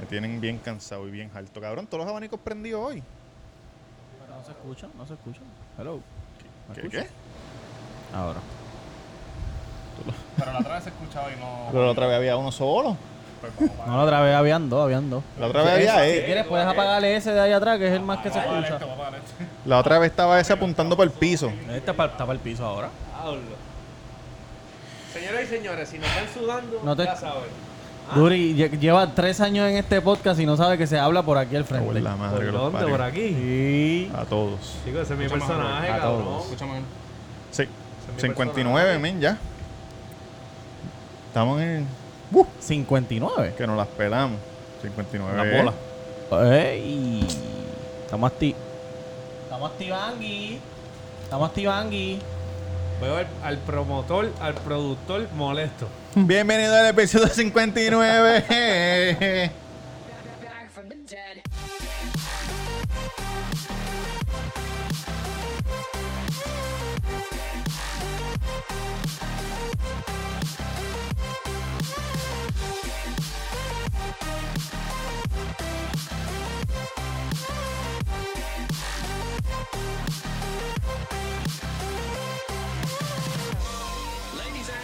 Me tienen bien cansado y bien alto. Cabrón, todos los abanicos prendidos hoy. No se escucha, no se escucha. Hello. ¿Me ¿Qué? escuchas? qué? Ahora. Pero la otra vez se escuchaba y no. Pero la otra vez había uno solo. Pues vamos para- No, la otra vez habían dos, habían dos. La otra vez había Si eh, quieres, puedes apagarle ese de ahí atrás, que es el más que se Vamos a pagar escucha. esto, vamos a pagar esto. La otra vez estaba ese apuntando para el piso. Este está para, el piso ahora. Señoras y señores, si nos están sudando, No te- ya saben. Ah. Duri lle- lleva tres años en este podcast y no sabe que se habla por aquí al frente. Por la madre que ¿Por los dónde? parió. ¿Por aquí? Sí. A todos. Chicos, ese es mi Escucha más, personaje, a cabrón. todos. Escucha, man. Sí. mi 59, personaje. men, ya. Estamos en. ¡Uh! 59. que nos las pelamos. 59. Una bola. Ey. Estamos acti. Estamos activangui. Estamos activangui. Veo al, al promotor, al productor molesto. Bienvenido al episodio 59. back from the dead.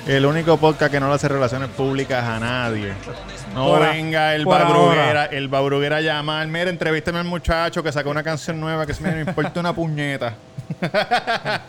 El único podcast que no le hace relaciones públicas a nadie. No Por a- venga el por babruguera, el babruguera a llamar. Mira, entrevísteme al muchacho que sacó una canción nueva que se me importa una puñeta.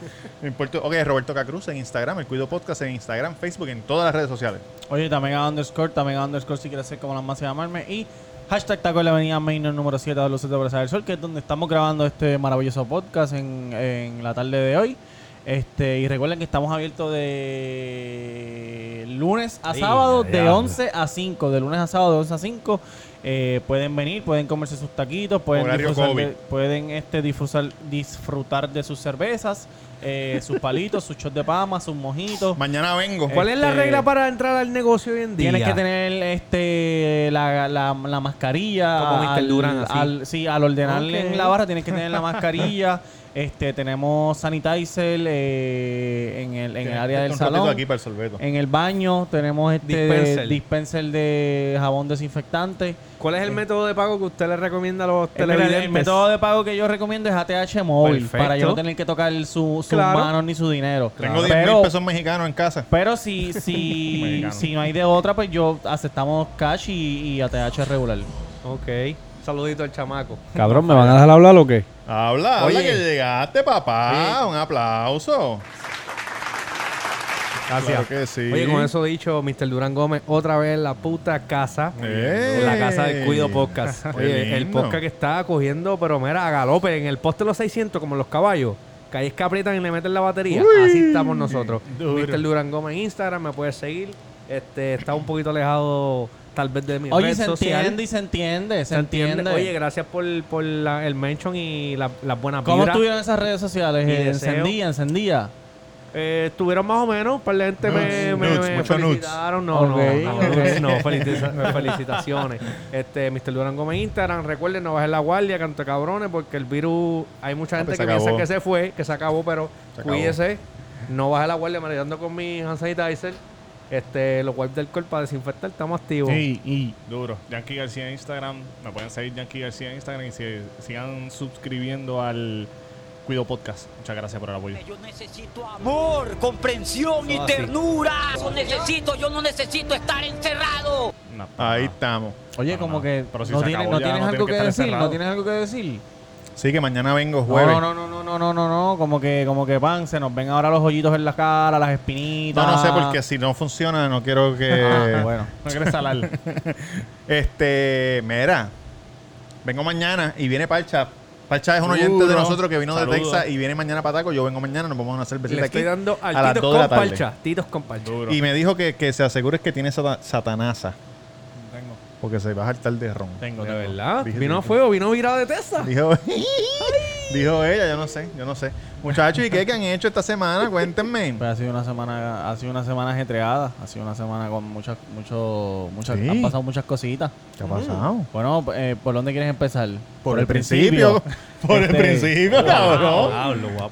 me importa. Ok, Roberto Cacruz en Instagram, el Cuido Podcast en Instagram, Facebook, en todas las redes sociales. Oye, también a underscore, también a underscore si quieres ser como las más y llamarme. Y hashtag taco en la avenida Mainer número 7 de los de Brasa del Sol, que es donde estamos grabando este maravilloso podcast en, en la tarde de hoy. Este, y recuerden que estamos abiertos de lunes a Sí, sábado, ya de diablo. 11 a 5. De lunes a sábado, de 11 a 5. Eh, pueden venir, pueden comerse sus taquitos, pueden, Horario disfrutar COVID. de, pueden este, disfrutar, disfrutar de sus cervezas, eh, sus palitos, sus shots de pama, sus mojitos. Mañana vengo. ¿Cuál es la regla para entrar al negocio hoy en Este, Tienes que tener este la, la, la mascarilla. Como Mr. Duran, así. al- sí, al ordenarle Ok. en la barra tienes que tener la mascarilla. este, tenemos sanitizer eh, en el, en el área del Este, Un ratito salón. aquí para el sorbeto. En el baño tenemos este dispenser, Dispenser. de jabón desinfectante. ¿Cuál es el Eh. método de pago que usted le recomienda a los El, el televidentes? método de pago que yo recomiendo es ATH móvil Perfecto. para yo no tener que tocar su- sus Claro. manos ni su dinero. Tengo 10 Pero- mil pesos mexicanos en casa. Pero si, si, Mexicano. si no hay de otra, pues yo aceptamos cash y, y ATH regular. Ok. Saludito al chamaco. Cabrón, ¿me van a dejar hablar o qué? Habla, habla Oye. que llegaste, papá. Sí. Un aplauso. Gracias. Claro que sí. Oye, con eso dicho, Mr. Durán Gómez, otra vez en la puta casa. ¡Ey! La casa del Cuido Podcast. ¡Eh! Qué Oye, el lindo. podcast que está cogiendo, pero mira, a galope, en el poste de los 600, como los caballos. Que ahí es que aprietan y le meten la batería. Así estamos nosotros. Mr. Durán Gómez en Instagram, me puedes seguir. Este, está un poquito alejado, tal vez, de mi Oye, red se social. entiende y se entiende, se Se entiende. entiende. Oye, gracias por, por la- el mention y la- las buenas ¿Cómo vibras. estuvieron esas redes sociales? Mi Eh, deseo. Encendía, encendía. Eh, estuvieron más o menos, un par de gente me, Nudes, me- nudes, me mucho nudes. felicitaron. No, no, Ok, no, ok. nudes no, felicita- felicitaciones. Este, Mr. Durán Gómez Instagram, recuerden, no bajen la guardia, canto de cabrones, porque el virus, hay mucha Ah, gente pues que se piensa acabó. que se fue, que se acabó, pero Se acabó. cuídese, no baje la guardia, me estoy dando con mi hand sanitizer, este, los wipes del cuerpo para desinfectar, estamos activos. Duro. Yankee García en Instagram. Me pueden seguir Yankee García en Instagram y se sigan suscribiendo al Cuido Podcast. Muchas gracias por el apoyo. Yo necesito amor, comprensión y Ah, Eso así. ternura. Eso necesito, yo no necesito estar encerrado. No, Ahí no. estamos. Oye, No, como no. que Pero si no, se tienes, acabó no ya, tienes no algo tiene que que estar decir, no cerrado. tienes algo que decir. Sí, que mañana vengo No, jueves. no, no, no, no, no, no, no, no, como que, como que pan, se nos ven ahora los hoyitos en la cara, las espinitas. No, no sé, porque si no funciona, no quiero que. Ah, bueno. No quieres salar. Este, mira, vengo mañana y viene Parcha. Parcha es un oyente de Duro. nosotros que vino de Saludos. Texas y viene mañana para Taco. Yo vengo mañana, nos vamos a hacer Le cervecita Pues aquí. estoy dando a las al titos 2 de la con tarde. parcha, titos con parcha. Duro. Y me dijo que, que se asegure que tiene sata- satanasa, Tengo, porque se va a saltar de ron. tengo, De tengo. verdad, Dije- vino a fuego, vino virado de testa. Dijo, dijo ella, yo no sé, yo no sé. Muchachos, ¿y qué, qué han hecho esta semana? Cuéntenme. Pues ha sido una semana, ha sido una semana ajetreada, ha sido una semana con muchas, mucho, muchas, Sí. han pasado muchas cositas. ¿Qué ha pasado? Bueno, eh, ¿por dónde quieres empezar? Por el principio. Por el Este- principio, cabrón.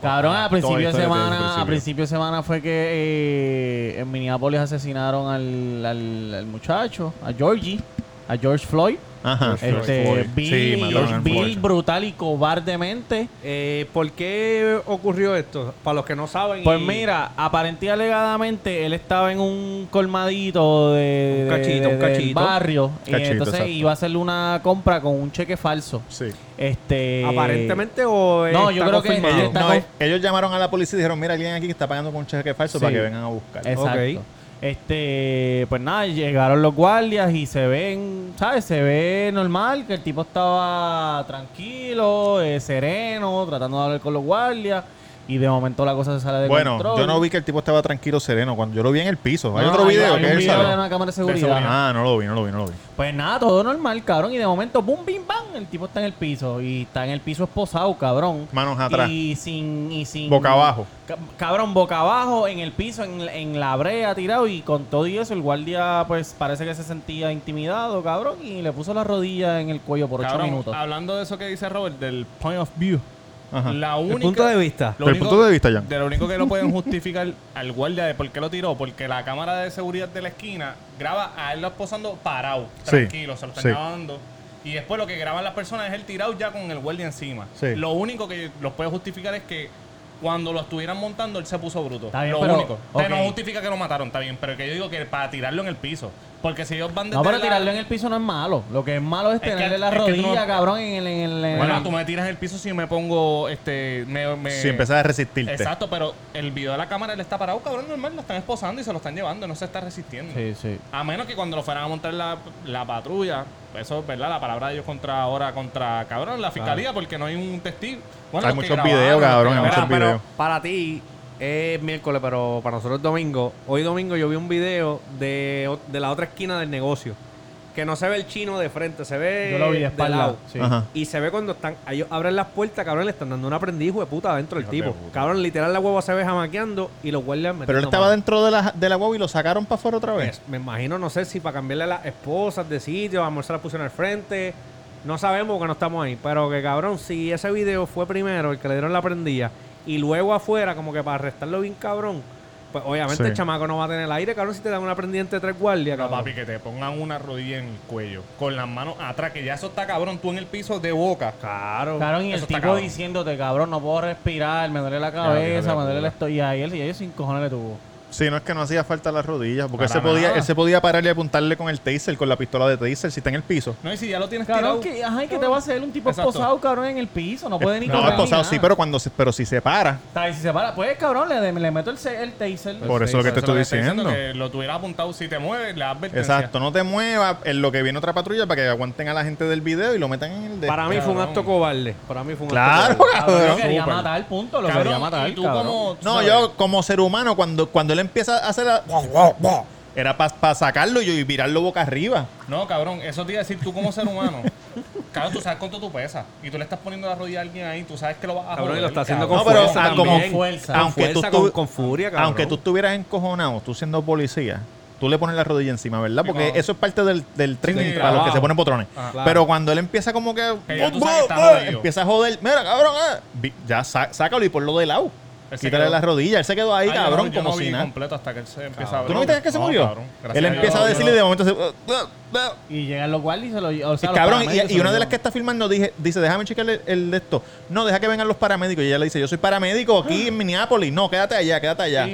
Cabrón, a principio de estoy desde el semana, a principio. principio de semana fue que eh, en Minneapolis asesinaron al, al, al muchacho, a Georgie, a George Floyd. Ajá. George Este, Floyd. Bill, Sí, mataron a Bill Floyd. brutal y cobardemente. Eh, ¿Por qué ocurrió esto? Para los que no saben. Pues y- mira, aparentemente alegadamente él estaba en un colmadito de, Un de- cachito, un de- del cachito. barrio y Cachito, entonces exacto. iba a hacerle una compra con un cheque falso. Sí. Este Aparentemente o no, yo creo que confirmado? él está- No, con- eh, ellos llamaron a la policía y dijeron, mira, alguien aquí que está pagando con un cheque falso Sí. para que vengan a buscar. Exacto. Ok. Este, pues nada, llegaron los guardias y se ven, ¿sabes? Se ve normal que el tipo estaba tranquilo, eh, sereno, tratando de hablar con los guardias y de momento la cosa se sale de Bueno, control. yo no vi que el tipo estaba tranquilo, sereno. Cuando yo lo vi en el piso. Hay No, otro video hay que un él video sale. de una cámara de seguridad. Ah, no lo vi, no lo vi, no lo vi. Pues nada, todo normal, cabrón. Y de momento, boom, bim, bam, el tipo está en el piso. Y está en el piso esposado, cabrón. Manos atrás. Y sin... Y sin Boca abajo. Ca- Cabrón, boca abajo, en el piso, en, en la brea, tirado. Y con todo y eso, el guardia, pues, parece que se sentía intimidado, cabrón. Y le puso la rodilla en el cuello por ocho Cabrón, minutos. Hablando de eso que dice Robert, del point of view. Ajá. La única, El punto de vista. lo Del único- punto de vista, Jan. De lo único que lo pueden justificar al guardia de por qué lo tiró, porque la cámara de seguridad de la esquina graba a él posando parado, Sí, tranquilo, se lo están sí. grabando. Y después lo que graban las personas es el tirado ya con el guardia encima. Sí. Lo único que los puede justificar es que cuando lo estuvieran montando él se puso bruto. Está bien, lo pero- único. O sea, ok. no justifica que lo mataron, está bien, pero que yo digo que para tirarlo en el piso. Porque si ellos van desde No, pero la- tirarlo en el piso no es malo. Lo que es malo es, que- tenerle la es que tú rodilla, no- cabrón, en el... En el- en Bueno, el- tú me tiras en el piso si me pongo este me, me- Si empezás a resistirte. Exacto, pero el video de la cámara le está parado, cabrón, normal, lo están esposando y se lo están llevando, no se está resistiendo. Sí, sí. A menos que cuando lo fueran a montar la, la patrulla, pues eso es verdad, la palabra de ellos contra ahora, contra cabrón, la fiscalía, porque no hay un testigo. Bueno, Hay los que muchos grabaron, videos, los que cabrón, hay grabaron. muchos Mira, videos. pero para ti es miércoles, pero para nosotros es domingo. Hoy domingo yo vi un video de, o- de la otra esquina del negocio. Que no se ve el chino de frente, se ve Eh, Yo lo vi de espalda, lado. sí. Ajá. Y se ve cuando están, ellos abren las puertas, cabrón, le están dando un aprendiz, hijo de puta, adentro del Hijo de tipo. puta. Cabrón, literal la hueva se ve jamaqueando y los guardias Pero él metiendo estaba mano. dentro de la, de la guagua y lo sacaron para afuera otra vez. Pues, me imagino, no sé si para cambiarle a las esposas de sitio, a lo mejor se las pusieron al frente. No sabemos porque no estamos ahí. Pero que cabrón, si ese video fue primero el que le dieron la prendida y luego afuera, como que para arrestarlo bien cabrón, pues obviamente Sí. el chamaco no va a tener el aire, cabrón, si te dan una prendida entre tres guardias, No, cabrón. papi, que te pongan una rodilla en el cuello, con las manos atrás, que ya eso está cabrón, tú en el piso de boca. Claro. Cabrón, y Eso el está tipo cabrón. diciéndote, cabrón, no puedo respirar, me duele la hija de cabeza, la me duele puta. la estoy. Y ahí él, y ellos sin cojones le tuvo. Sí, no es que no hacía falta las rodillas, porque él Para se, podía, nada. él se podía parar y apuntarle con el taser, con la pistola de taser, si está en el piso. No, y si ya lo tienes Cabrón, tirado. que, ajá, ¿y que te va a hacer un tipo Exacto. esposado, cabrón, en el piso. No puede ni No, correr ni esposado sí, nada. pero cuando se- pero si se para. ¿Sabes? Si se para, pues, cabrón, le, de- le meto el, se- el taser. Por eso es lo que te estoy diciendo. Que lo tuvieras apuntado, si te mueves, la advertencia. Exacto, no te muevas en lo que viene otra patrulla para que aguanten a la gente del video y lo metan en el de. Para mí fue un Cabrón. acto cobarde. Para mí fue un Claro, acto cobarde. Cabrón, lo cabrón. quería matar, punto. Lo Cabrón, quería matar, y tú cabrón. como- tú No, sabes. yo como ser humano, cuando, cuando él empieza a hacer. la- Era para sacarlo yo y virarlo boca arriba. No, cabrón, eso te iba a decir tú como ser humano. cabrón, tú sabes cuánto tú pesas. Y tú le estás poniendo la rodilla a alguien ahí, tú sabes que lo vas a Cabrón, joder, y lo está haciendo No, con pero fuerza. ah, como también. fuerza. Con Aunque tú fuerza, con, estuvi- con furia, cabrón. Aunque tú estuvieras encojonado, tú siendo policía, tú le pones la rodilla encima, ¿verdad? Porque Claro. eso es parte del, del training Sí, para los que trabajo. se ponen potrones. Ajá. Claro. Pero cuando él empieza como que... Que ya tú ¡Bum, bum, sabes que está bum! jodido. empieza a joder. Mira, cabrón, ah". Vi- ya sá- sácalo y ponlo de lado. Él se Quítale quedó. la rodilla. Él se quedó ahí, Ay, yo cabrón, no- yo como no vi si nada. completo hasta que él se empieza a ¿Tú no viste que se murió? él empieza a decirle y de momento se... "Uh, Y llegan los guardias y se lo. O Y sea, los cabrón, paramédicos y, y se lo una de las llevan. que está filmando dije, dice, déjame checarle el de esto. No, deja que vengan los paramédicos. Y ella le dice, yo soy paramédico aquí en Minneapolis. No, quédate allá, quédate allá.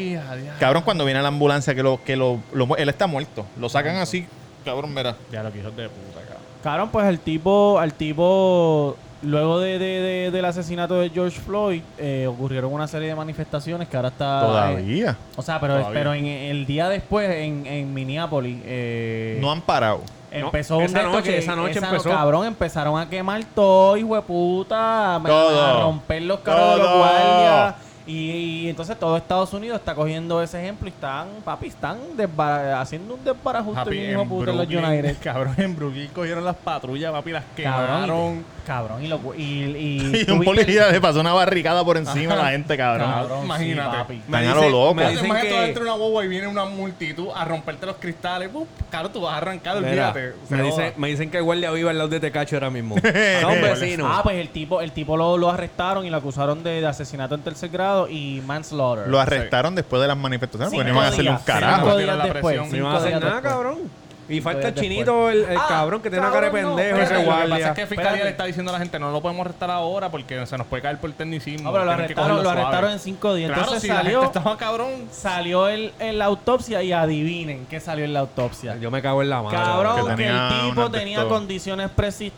Cabrón, cuando viene la ambulancia que lo, que lo, lo mu- él está muerto. Lo sacan así, cabrón, verás. Ya lo que hijos de puta, cabrón. Cabrón, pues el tipo, al tipo, luego de, de- de- del asesinato de George Floyd, eh, ocurrieron una serie de manifestaciones que ahora está. eh, Todavía. o sea, pero, Todavía. pero en el día después, en, en Minneapolis, eh, No han parado. empezó No, un esa de estos noche, que- esa noche no- empezó. Cabrón, empezaron a quemar todo, hijo de puta, a- Todo. a romper los carros de los Todo. guardias. Y, y entonces todo Estados Unidos está cogiendo ese ejemplo y están, papi, están desbara- haciendo un desbarajuste Papi, bien hijo de en puta en los Brooklyn, United. cabrón, en Brooklyn cogieron las patrullas, papi, las Cabrón, quemaron. y- cabrón, y, lo, y, y, Y un tuviste- policía le pasó una barricada por encima a la gente, cabrón. Cabrón, Imagínate. sí, papi. Están a lo loco. me Imagínate dicen tú que- dentro de una guagua y viene una multitud a romperte los cristales. Uf, Claro, tú vas a arrancar, Mira, olvídate. Se me, joda. dice- me dicen que el guardia viva al lado de Tecacho ahora mismo. Son vecinos. Ah, pues el tipo, el tipo lo, lo arrestaron y lo acusaron de, de asesinato en tercer grado y manslaughter. Lo arrestaron después de las manifestaciones porque no Cinco iban a hacerle un días, carajo. Cinco Tienen días la después. presión. No cinco iban a hacer días nada, después. cabrón. Y falta el días chinito, el, Ah, el cabrón que tiene una cara de cabrón, no. pendejo, Espérate, ese Pero lo que pasa guardia. es que Fiscalía le está diciendo a la gente, no lo podemos arrestar ahora porque se nos puede caer por tecnicismo. No, pero lo Tienen que arrestaron, lo cogerlo arrestaron suave. en cinco días. Claro, Entonces si la salió, gente estaba cabrón. salió el, en la autopsia y adivinen qué salió en la autopsia. Yo me cago en la madre. Cabrón, que que, tenía el un tipo tenía antecedente. condiciones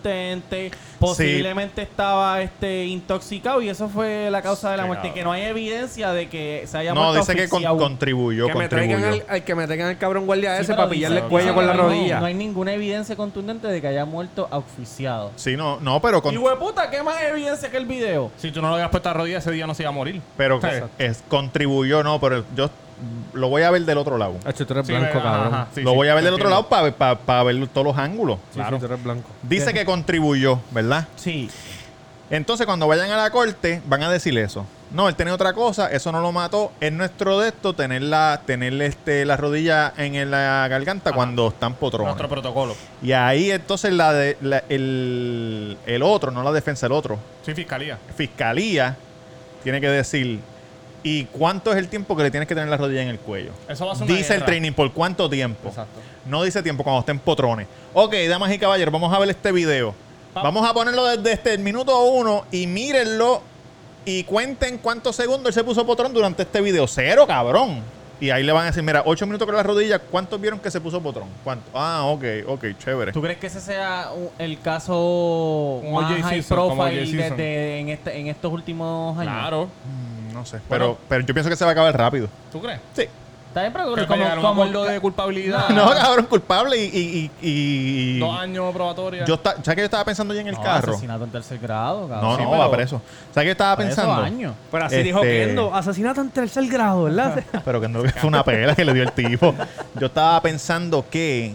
persistentes, posiblemente estaba este intoxicado y eso fue la causa de la Qué muerte. cabrón. Que no hay evidencia de que se haya No, muerto dice que con- asfixiado. contribuyó, Que me contribuyó. traigan al, al que me traigan el cabrón guardia Sí, ese pero para dice- pillarle el dice cuello que con la no- rodilla. No hay ninguna evidencia contundente de que haya muerto asfixiado. Sí, no, no, pero con- Y hueputa, ¿qué más evidencia que el video? Si tú no lo habías puesto a rodilla, ese día no se iba a morir. pero Sí. es- contribuyó, no, pero yo lo voy a ver del otro lado. Hacho, tú eres Sí, blanco, me- cabrón. ajá, sí, lo sí, voy a ver del otro entiendo. lado para ver todos los ángulos. Sí, sí, tú eres blanco. Dice que contribuyó, ¿verdad? Sí. Entonces, cuando vayan a la corte, van a decir eso. No, él tenía otra cosa, eso no lo mató. Es nuestro de esto tener la, tener este, la rodilla en el- la garganta cuando están potrones. Nuestro protocolo. Y ahí entonces la de, la- el, el otro, no la defensa, el otro, Sí, Fiscalía. fiscalía, tiene que decir, ¿y cuánto es el tiempo que le tienes que tener la rodilla en el cuello? Eso va a ser una Dice el guerra. training, ¿por cuánto tiempo? Exacto. No dice tiempo cuando estén potrones. Ok, damas y caballeros, vamos a ver este video. Vamos a ponerlo desde este, el minuto uno y mírenlo y cuenten cuántos segundos él se puso potrón durante este video. Cero, cabrón. Y ahí le van a decir, mira, ocho minutos con la rodilla, ¿cuántos vieron que se puso potrón? ¿Cuánto? Ah, ok, ok, chévere. ¿Tú crees que ese sea un- el caso Como más O.J. high Simpson, como profile O.J. Simpson. desde- en, este- en estos últimos años? Claro. Mm, No sé, Bueno. pero, pero yo pienso que se va a acabar rápido. ¿Tú crees? Sí. Está bien, pero Que como, llegaron a como un acuerdo de culpabilidad. No, cabrón, culpable y... y, y- y- Dos años probatoria. yo está, ¿Sabes que yo estaba pensando ya en el No, carro? Asesinato en tercer grado, No, cabrón. no, pero- va preso. ¿Sabes que yo estaba pensando? años. Pero así Este- dijo Kendo, asesinato en tercer grado, ¿verdad? Pero que no que fue una pela que le dio el tipo. Yo estaba pensando que,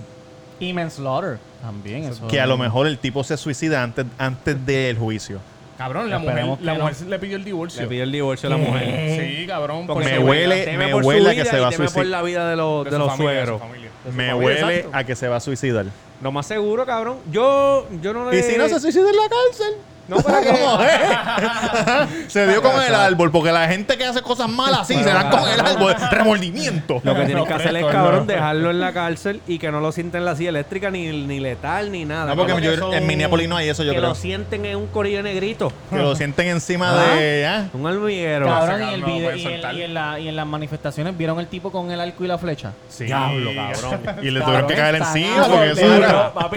Y manslaughter también. Eso que a lo mejor el tipo se suicida antes, antes del juicio. Cabrón, la mujer, Esperemos que la no. mujer le pidió el divorcio. Le pidió el divorcio a la mujer. Sí, cabrón. Porque Me su huele- vida, teme me por su huele a vida que se y va a teme por suicid- la vida de los, de de su los familia, de su suegros. familia. Me familia, huele exacto. a que se va a suicidar. Lo más seguro, cabrón. Yo, yo no le... ¿Y si no se suicida en la cárcel? No, para que... ¿Cómo es? se dio con el árbol, porque la gente que hace cosas malas así se dan con el árbol. Remordimiento. Lo que tienes que No, hacer es, fresco, cabrón, no. dejarlo en la cárcel y que no lo sienten en la silla eléctrica, ni, ni letal, ni nada. No, Ah, porque Cabrón, yo- que son- en Minneapolis no hay eso, yo Que creo. lo sienten en un corillo negrito. Que lo sienten encima Ah. de. ah, Un hormiguero. Cabrón, Ese y, el cabrón no video, puede y, en, soltar. y en la- y en las manifestaciones vieron el tipo con el arco y la flecha. sí. Diablo, cabrón. Y le tuvieron que caer Cabrón, encima está porque cabrón, eso cabrón, era. papi,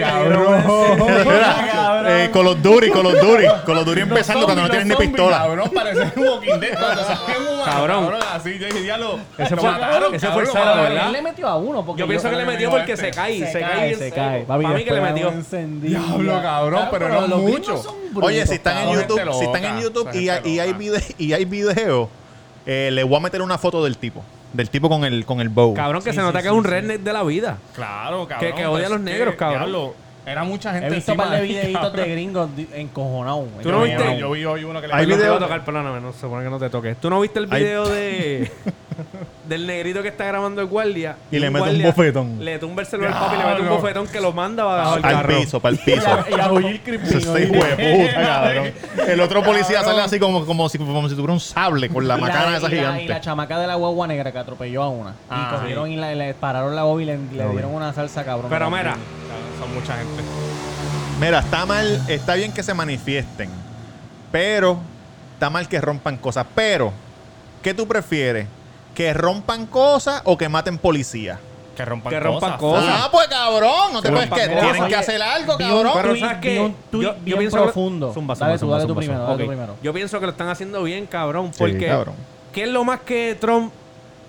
Cabrón. Era, eh, Call of Duty, Call of Duty. Call of Duty empezando cuando no Los tienes ni zombies, pistola. Cabrón, parece un Walking Dead. Cuando salió un humano, Cabrón. Así, yo dije, diablo. Ese lo fue- mataron, ese cabrón, fue el lo sábado, eh, mataron. ¿verdad? Él le metió a uno. Porque Yo pienso que le metió porque se cae, se cae. este. se bien cae. seco. Papi, Para mí que le después metió. encendido. Diablo, cabrón, pero no los mucho. gringos son Oye, brutos, si están en cabrón. YouTube, Gente si están en loca, YouTube esa y, hay- gente y hay loca. vide- y hay video, eh, le voy a meter una foto del tipo. Del tipo con el con el bow. Cabrón, que Sí, se nota sí, que es un sí, redneck de la vida. Claro, cabrón. Que- que odia a los pero es negros, que, cabrón. diablo, Era mucha gente He visto un encima par de mí, videitos cabrón. de gringos di- encojonados. ¿Tú no Yo viste? vi- Yo vi hoy uno que le Hay Ay, no te video- voy a tocar, perdóname, no se supone que no te toques. ¿Tú no viste el Hay- video de del negrito que está grabando el guardia? Y le mete un guardia bofetón. Le tumba el celular al papi y le mete un Diablo. bofetón que lo manda bajo el Al carro. piso, para el piso. Y a Huyil Ese Cripino. hijo de puta, cabrón. El otro policía sale así como, como, si, como si tuviera un sable con la Y macana esa y gigante. Y la chamaca de la guagua negra que atropelló a una. y Ah, cogieron y la- le pararon la boba y le, le dieron una salsa cabrón. Pero mira, Cabrón, Son mucha gente. Mira, está mal, está bien que se manifiesten, pero está mal que rompan cosas. Pero, ¿qué tú prefieres? ¿Que rompan cosas o que maten policías? Que rompan Que rompan cosas. Cosas. Ah, pues cabrón, no te Que puedes rompan que cosas. tienen que Oye, hacer algo, vi un cabrón. tuit, pero vi ¿sabes qué? un tuit bien pienso profundo. Dale tú, dale tú primero, dale tú Ok. primero. Yo pienso que lo están haciendo bien, cabrón, Sí, porque cabrón. ¿qué es lo más que Trump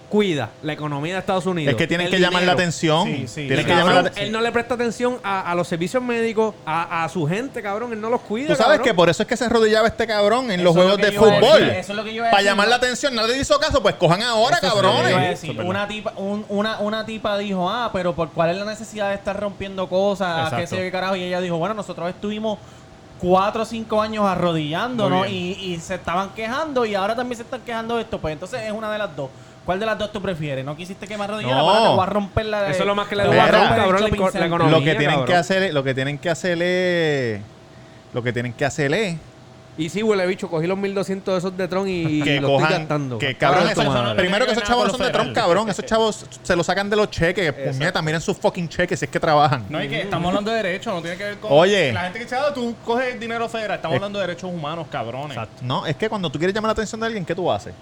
cuida? La economía de Estados Unidos. Es que tienen El que llamar la dinero. atención. Sí, sí. Tienen que Cabrón, llamar la atención. Él no le presta atención a, a los servicios médicos, a, a su gente, cabrón. Él no los cuida. Tú sabes cabrón. que por eso es que se arrodillaba este cabrón en los Eso es juegos lo de que yo iba a fútbol. decir, eso es lo que yo iba a Para decir. llamar la atención, nadie le hizo caso, pues cojan ahora, Eso sí, cabrones. iba a decir, una, tipa, un- una, una tipa dijo, ah, pero por cuál es la necesidad de estar rompiendo cosas, qué Exacto. sé yo qué carajo. Y ella dijo, bueno, nosotros estuvimos cuatro o cinco años arrodillándonos Muy y, y se estaban quejando y ahora también se están quejando de esto. Pues entonces es una de las dos. ¿Cuál de las dos tú prefieres? ¿No quisiste que me arrodillara? No. Ahora te voy a romper la Eso es lo más que le te doy voy a Trump, romper el cabrón, la shopping co- la center. economía. lo que tienen cabrón. que hacer es- lo que tienen que hacer es lo que tienen que hacer es Y sí, huele bicho, cogí los 1200 de esos de Tron y, que los estoy cojan. gastando. Que cabrón. Ahora esos- tu madre. primero que No esos tiene chavos nada son de federal. Tron, cabrón. Esos chavos se lo sacan de los cheques. Puñeta, miren sus fucking cheques si es que trabajan. No, y que estamos hablando de derechos, no tiene que ver con. Oye. La gente que se ha dado, tú coges dinero federal, Eh. estamos hablando de derechos humanos, cabrones. No, es que cuando tú quieres llamar la atención de alguien, ¿qué tú haces?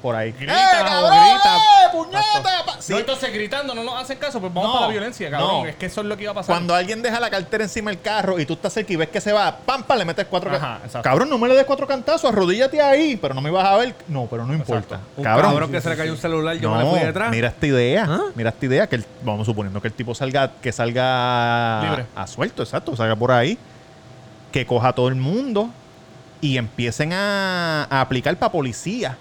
Por ahí. Grita ¡Eh, o cabrón! grita. ¡Eh, puñeta! Pa- sí, No, entonces gritando, no nos hacen caso, pues vamos No, para la violencia, cabrón. no. Es que eso es lo que iba a pasar. cuando alguien deja la cartera encima del carro y tú estás cerca y ves que se va, pam, pam, le metes cuatro Ajá, ca- exacto. Cabrón, no me le des cuatro cantazos, arrodíllate ahí, pero no me vas a ver. No, pero no importa. Un cabrón, que se le cayó un celular, yo me le fui detrás. Mira esta idea. ¿Ah? Mira esta idea que el- vamos suponiendo que el tipo salga que salga Libre. a suelto, exacto, salga por ahí, que coja a todo el mundo y empiecen a, a aplicar para policía.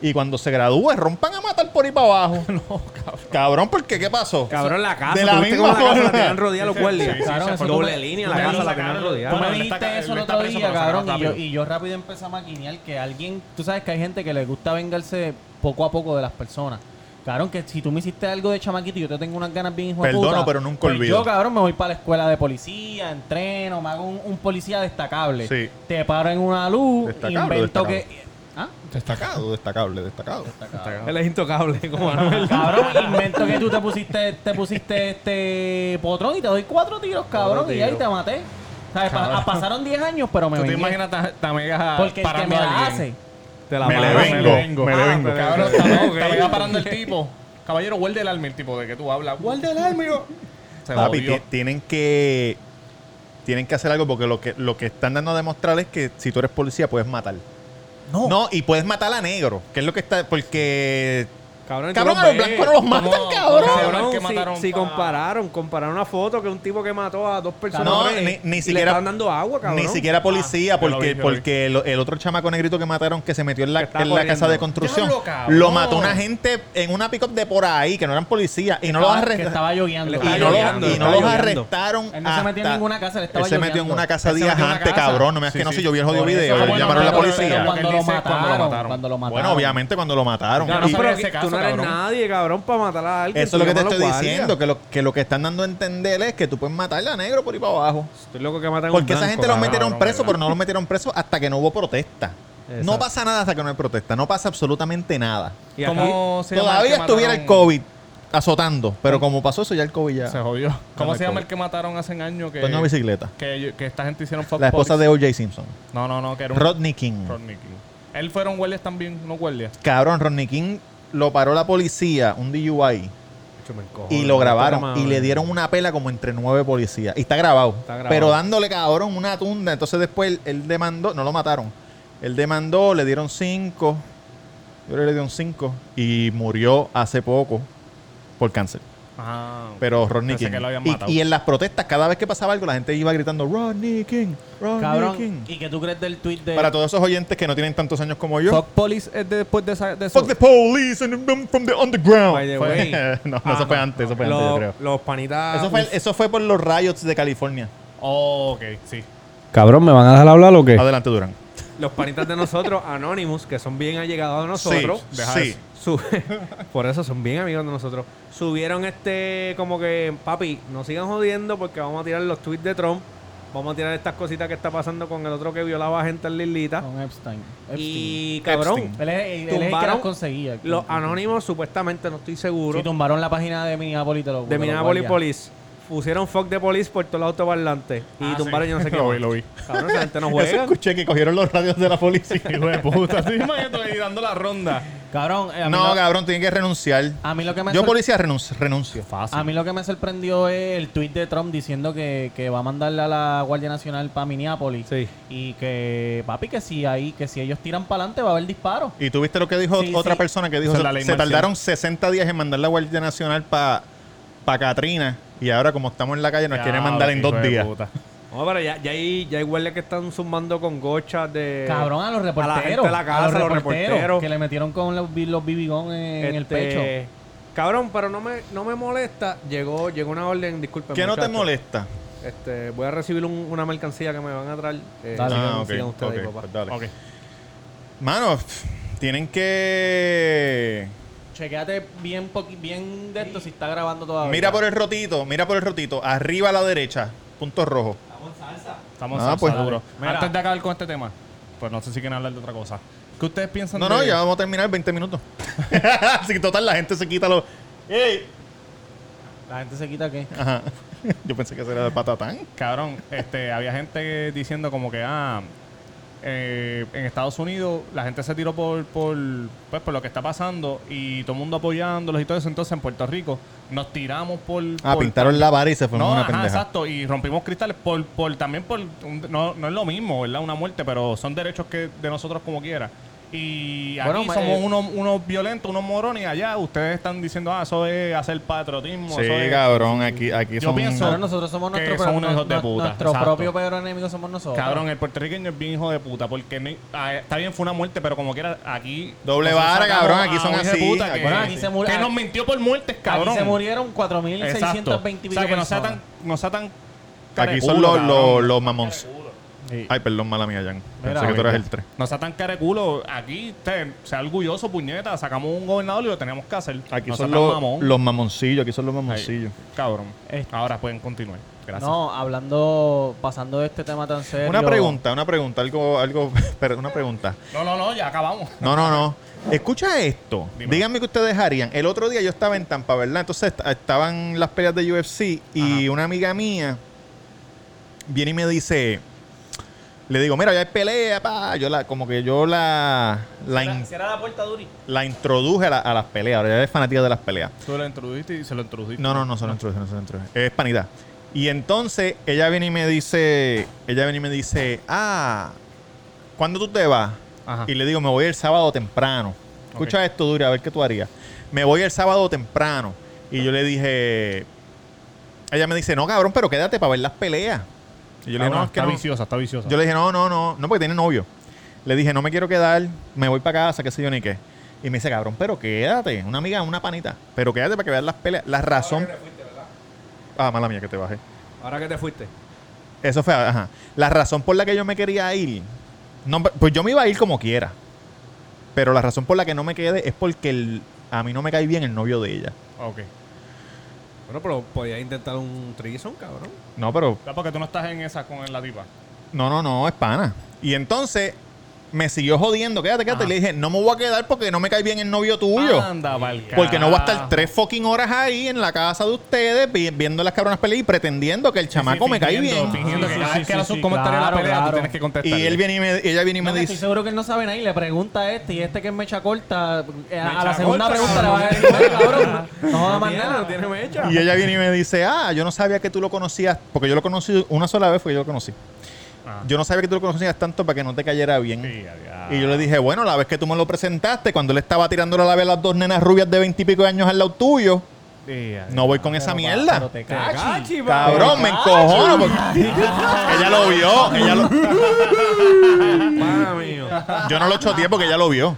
Y cuando se gradúe, rompan a matar por ahí para abajo. no, cabrón. Cabrón, porque ¿qué pasó? Cabrón, la casa. De la ¿viste misma cómo la casa forma. la tenían rodeada los guardias? sí, sí, Cabrón, eso doble tú- línea, tú la me casa la dices, tenían cabrón, Tú rodeada. me Bueno, él está dijiste ca- eso él el está otro preso, día, pero se cabrón, agarra y yo, rápido. y yo rápido empecé a maquinear que alguien... Tú sabes que hay gente que le gusta vengarse poco a poco de las personas. Cabrón, que si tú me hiciste algo de chamaquito y yo te tengo unas ganas bien hijo de Perdono, puta, pero nunca pues olvido. Yo, cabrón, me voy para la escuela de policía, entreno, me hago un, un policía destacable. Sí. Te paro en una luz, Destacable o invento destacado. que... ¿Ah? Destacado, destacable, destacado. Él es intocable, como Anuel. Cabrón, invento que tú te pusiste, te pusiste este potrón y te doy cuatro tiros, cabrón, y ahí te maté. ¿Sabes? Pa- Cabrón. pasaron 10 años, pero me ¿Tú te vengué. imaginas ta- Tamegas Porque el que parando me la a alguien? hace. Te la Me le mando, vengo, me le Ah, vengo. pero- Cabrón, Ah, ok. Tamegas Tamegas parando el tipo. Caballero, huelde el alma, el tipo de que tú hablas. Huelde el alma, yo. Se Papi, jodió. ti- tienen que tienen que hacer algo porque lo que lo que están dando a demostrar es que si tú eres policía puedes matar. No. y puedes matar a negro, que es lo que está porque Cabrón, tú Cabrón, los a los ves. blancos no los matan, ¿Cómo- cabrón. cómo se llama el Cabrón, que si- mataron si, pa- compararon, compararon una foto que un tipo que mató a dos personas. No, eh, ni- ni y siquiera- Le están dando agua, cabrón. ni siquiera policía Ah, yo lo porque vi, yo lo vi. porque lo- el otro chamaco negrito que mataron que se metió en la, Que estaba en la casa corriendo. de construcción Diablo, cabrón. lo mató una gente en una pick-up de por ahí que no eran policías y no los Estaba- que arrestaron estaba lloviando. Él y estaba no, los- lloviando, y no estaba los lloviando. arrestaron Él no se metió en hasta- ninguna casa, le estaba él se metió en lloviando. una casa Él se metió días en una antes, casa. cabrón. No me Sí, que no sí. sé, yo vi el jodido Por eso, video. bueno, Llamaron a la pero- policía. Cuando pero Él lo, dice cuando lo mataron, mataron. cuando lo mataron. Bueno, obviamente cuando lo mataron. Cabrón, Y- no pero sabía ese que caso, tú no eres cabrón. nadie, cabrón, para matar a alguien. Eso es lo que te Tú llamas estoy a los diciendo, guardias. que lo, que lo que están dando a entender es que tú puedes matarle a negro por ahí para abajo. Estoy loco que matan a un Porque esa blanco, gente los cabrón. metieron preso, ¿verdad? pero no los metieron preso hasta que no hubo protesta. No Exacto. pasa nada hasta que no hay protesta, no pasa absolutamente nada. Y aquí- ¿Cómo se llama el Todavía que estuviera el mataron? COVID azotando, pero como pasó eso ya el COVID ya... Se jodió. Llama ¿Cómo el se COVID. llama Pues el que mataron hace un año que, Fue en una bicicleta. que, que esta gente hicieron fuck La esposa buddies? de O.J. Simpson. No, no, no, que era un Rodney King. Rodney King. Él fueron guardias también, no guardias. Cabrón, Rodney King lo paró la policía, un DUI, Yo me encojo, y no, lo no grabaron toma- y le dieron una pela como entre nueve policías. Y está grabado. Está grabado. Pero dándole, cabrón, una tunda. Entonces después él, él demandó, no lo mataron. Él demandó, le dieron cinco. Yo creo que le dieron cinco. Y murió hace poco por cáncer. Ah, Pero Rodney Pensé King. que lo habían Y- matado. Y, en las protestas, cada vez que pasaba algo, la gente iba gritando, Rodney King, Rodney King. Cabrón, ¿y qué tú crees del tweet de... Para todos esos oyentes que no tienen tantos años como yo. Fuck police es de- después de esa- de eso. Fuck the police and them from the underground. By the Fue- way. no, no, Ah, eso fue no, antes, eso fue antes, yo creo. Los, los panitas. Ah, Eso fue, eso fue por los riots de California. Oh, ok, sí. Cabrón, ¿me van a dejar hablar o qué? Adelante, Durán. Los panitas de nosotros, Anonymous, que son bien allegados a nosotros. sí, deja sí. eso. su- por eso son bien amigos de nosotros. Subieron este, como que, papi, no sigan jodiendo porque vamos a tirar los tweets de Trump. Vamos a tirar estas cositas que está pasando con el otro que violaba a gente en la islita. Con Epstein. Oh, Epstein. Y cabrón, Epstein. Él es, él es el que tumbaron las conseguía. los anónimos, supuestamente, no estoy seguro, Sí, tumbaron la página de Minneapolis. te lo- te de lo Minneapolis guardia. Police, pusieron fuck de police por todos los autoparlantes y Ah, tumbaron sí. yo no sé qué. Lo más. vi, lo vi. Cabrón, esa gente no Eso juega. escuché que cogieron los radios de la policía. Hijo de puta, ¿te imaginas ahí dando la ronda? Cabrón, eh, a mí no, lo- cabrón, tienen que renunciar. A mí lo que me Yo, sor- policía, renuncio. renuncio. Fácil. A mí lo que me sorprendió es el tweet de Trump diciendo que, que va a mandarle a la Guardia Nacional para Minneapolis. Sí. Y que, papi, que si ahí, que si ellos tiran para adelante va a haber disparos. Y tú viste lo que dijo Sí, otra sí. persona que dijo, Esa es se, la ley se marcial. tardaron 60 días en mandar la Guardia Nacional para pa Katrina y ahora como estamos en la calle nos quieren mandar en dos días. No, pero ya, ya hay, ya hay guardias que están zumbando con gochas de. Cabrón, a los reporteros. Eh, A la gente de la casa, a los reporteros. Que le metieron con los, bi- los bibigón en, en el Este, pecho. Cabrón, pero no me, no me molesta. Llegó, llegó una orden, disculpen. ¿Qué no te muchachos. molesta? Este, voy a recibir un- una mercancía que me van a traer. Eh, Dale. sigan- Ah, ok, sigan ustedes ahí, ok, papá. pues dale. Ok. Mano, pff, tienen que... Chequéate bien, poqui- bien de esto si está grabando todavía. Mira por el rotito, mira por el rotito. Arriba a la derecha, punto rojo. Estamos Ah, en pues. salsa duro. Mira. Antes de acabar con este tema, pues no sé si quieren hablar de otra cosa. ¿Qué ustedes piensan No, de...? no, ya vamos a terminar 20 minutos. Así que total, la gente se quita los. ¡Ey! La gente se quita qué. Ajá. Yo pensé que eso era de patatán. Cabrón, este, había gente diciendo como que, ah, eh, en Estados Unidos la gente se tiró por, por, pues, por lo que está pasando y todo el mundo apoyándolos y todo eso. Entonces en Puerto Rico nos tiramos por... Ah, por- pintaron la vara y se formó No, una ajá, pendeja. exacto. Y rompimos cristales por, por también por... un- no, no es lo mismo, ¿verdad? Una muerte, pero son derechos que de nosotros como quiera. Y aquí Bueno, somos eh, unos, unos violentos, unos morones y allá ustedes están diciendo, ah, eso es hacer patriotismo. Sí, eso es- cabrón, aquí, aquí Yo son. pienso- Ahora nosotros somos Que nuestro son peor- unos hijos de no- puta, Nuestro exacto. propio peor enemigo somos nosotros. Cabrón, el puertorriqueño es bien hijo de puta, porque ni- ah, está bien, fue una muerte, pero como quiera, aquí... Doble nosotros vara, sacamos cabrón, aquí a son un hijo de así, puta que, cabrón, aquí se murió- que nos mintió por muertes, cabrón. Aquí se murieron 4.620 Exacto. O sea, que no sea tan... personas. No sea tan Aquí son careculo, los, los, cabrón. los mamones. Sí. Ay, perdón, mala mía, Jan. Pensé Mira, que tú eras el 3. No sea tan careculo. Aquí, usted, sea orgulloso, puñeta. Sacamos un gobernador y lo teníamos que hacer. Aquí no sea son tan los, mamón. los mamoncillos, aquí son los Ahí, mamoncillos. Cabrón. Este- Ahora pueden continuar. Gracias. No, hablando, pasando de este tema tan serio. Una pregunta, una pregunta, algo, algo, pero una pregunta. No, no, no, ya acabamos. No, no, no. Escucha esto. Dime. Díganme qué ustedes harían. El otro día yo estaba en Tampa, ¿verdad? Entonces est- estaban las peleas de UFC y una amiga mía viene y me dice, le digo, mira, ya hay pelea, pa. Yo la, como que yo la, la, in- Cierra la puerta, Duri. la introduje a, la- a las peleas. Ahora ya es fanática de las peleas. Tú lo introdujiste y se lo introdujiste. No, no, no se lo introduje, no se lo introduje. Es panidad. Y entonces ella viene y me dice, ella viene y me dice, ah, ¿cuándo tú te vas? Ajá. Y le digo, me voy el sábado temprano. Escucha esto, Duri, a ver qué tú harías. Me voy el sábado temprano. Y yo le dije, ella me dice, no, cabrón, pero quédate para ver las peleas. Y yo le dije, Cabrón, no, es que Ah, está no. viciosa, está viciosa. Yo le dije, no, no, no, no, porque tiene novio. Le dije, no me quiero quedar, me voy para casa, qué sé yo ni qué. Y me dice, cabrón, pero quédate. Una amiga, una panita. Pero quédate para que veas las peleas. La razón. Ah, mala mía, que te bajé. Ahora que te fuiste. Eso fue, ajá. La razón por la que yo me quería ir. No, pues yo me iba a ir como quiera. Pero la razón por la que no me quedé es porque el- a mí no me cae bien el novio de ella. Ok. Bueno, pero podías intentar un trison, cabrón. No, pero Ah, Porque tú no estás en esa con la tipa. No, no, no, es pana. Y entonces me siguió jodiendo, quédate, quédate. Ajá. Y le dije, no me voy a quedar porque no me cae bien el novio tuyo. Anda, pa'l porque no voy a estar carajo. tres fucking horas ahí en la casa de ustedes vi- viendo las cabronas peleas y pretendiendo que el chamaco Sí, me cae bien. fingiendo, Fingiendo Ah, que sí, cada sí, vez que era sí, su sí, comentario de la claro, pelea, tú claro. tienes que contestar. Y él viene y me, ella viene y me No, que estoy dice, seguro que él no sabe nada y le pregunta a este y este que es mecha corta. eh, a, a Mecha la segunda corta, pregunta le va a decir, cabrón. "Oye, cabrón, no jodas más Tiene, nada. tiene mecha. y ella viene y me dice, ah, yo no sabía que tú lo conocías, porque yo lo conocí una sola vez, porque yo lo conocí. Ah. Yo no sabía que tú lo conocías tanto para que no te cayera bien. Y ah. yo le dije, bueno, la vez que tú me lo presentaste, cuando él estaba tirando la vez a las dos nenas rubias de veintipico de años al lado tuyo, no voy con esa Pero, mierda. pero te cachi. Cachi, Cabrón, me encojono. porque- ella lo vio. Ella lo- Pana mío. yo no lo choteé porque ella lo vio.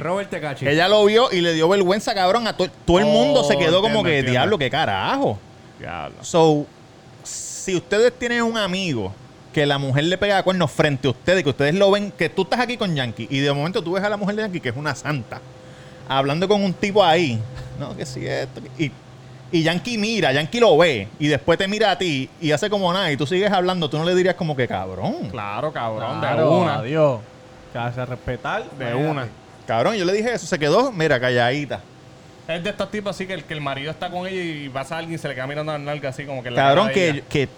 Robert Tecachi. Ella lo vio y le dio vergüenza, cabrón. A to- todo el mundo Oh, se quedó como entiendo, que, entiendo. diablo, qué carajo. So, si ustedes tienen un amigo que la mujer le pega cuernos frente a ustedes, que ustedes lo ven, que tú estás aquí con Yankee y de momento tú ves a la mujer de Yankee, que es una santa, hablando con un tipo ahí, no, que si esto, que- y, y Yankee mira, Yankee lo ve y después te mira a ti y hace como nada y tú sigues hablando, tú no le dirías como que cabrón. Claro, cabrón, Claro, de una. Adiós. Que hace respetar. De una. Cabrón, yo le dije eso, se quedó, mira, calladita. Es de estos tipos así que el, que el marido está con ella y pasa alguien y se le queda mirando la nalga así como que en la Cabrón, cara de que, ella. que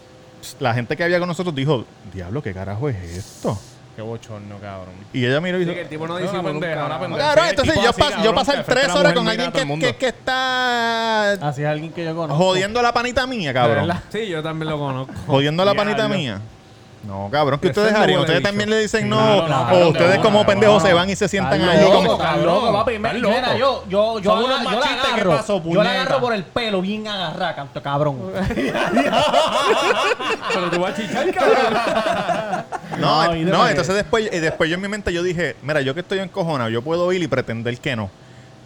pues, la gente que había con nosotros dijo, diablo, ¿qué carajo es esto? Qué bochorno, cabrón. Y ella miró y Sí, dijo, que el tipo no No, una dice pendeja, una pendeja. Cabrón, Sí, entonces tipo yo, así, pas- yo cabrón, que pasar frente a tres la horas mujer con mira a alguien todo el que, mundo. Ah, que- que está Así es alguien que yo conozco. jodiendo a la panita mía, cabrón. Sí, yo también lo conozco. Jodiendo a la Diablo. panita mía. No, cabrón, ¿qué ustedes Ese harían? no ¿Ustedes huele también bicho. le dicen no? Claro, no, cabrón, ¿O ustedes no, como no, pendejos no. se van y se sientan Estás allí loco, como... estás Loco, loco, papi. estás Mira, loco. mira, yo, yo, yo, Somos agarro- unos yo la machistas, ¿qué agarro. pasó, yo la puñeta? agarro por el pelo, bien agarrada, canto cabrón. Pero tú vas a chichar, cabrón. No, No, eh, y no, después- entonces después, eh, después yo en mi mente yo dije, mira, yo que estoy encojonado, yo puedo ir y pretender que no.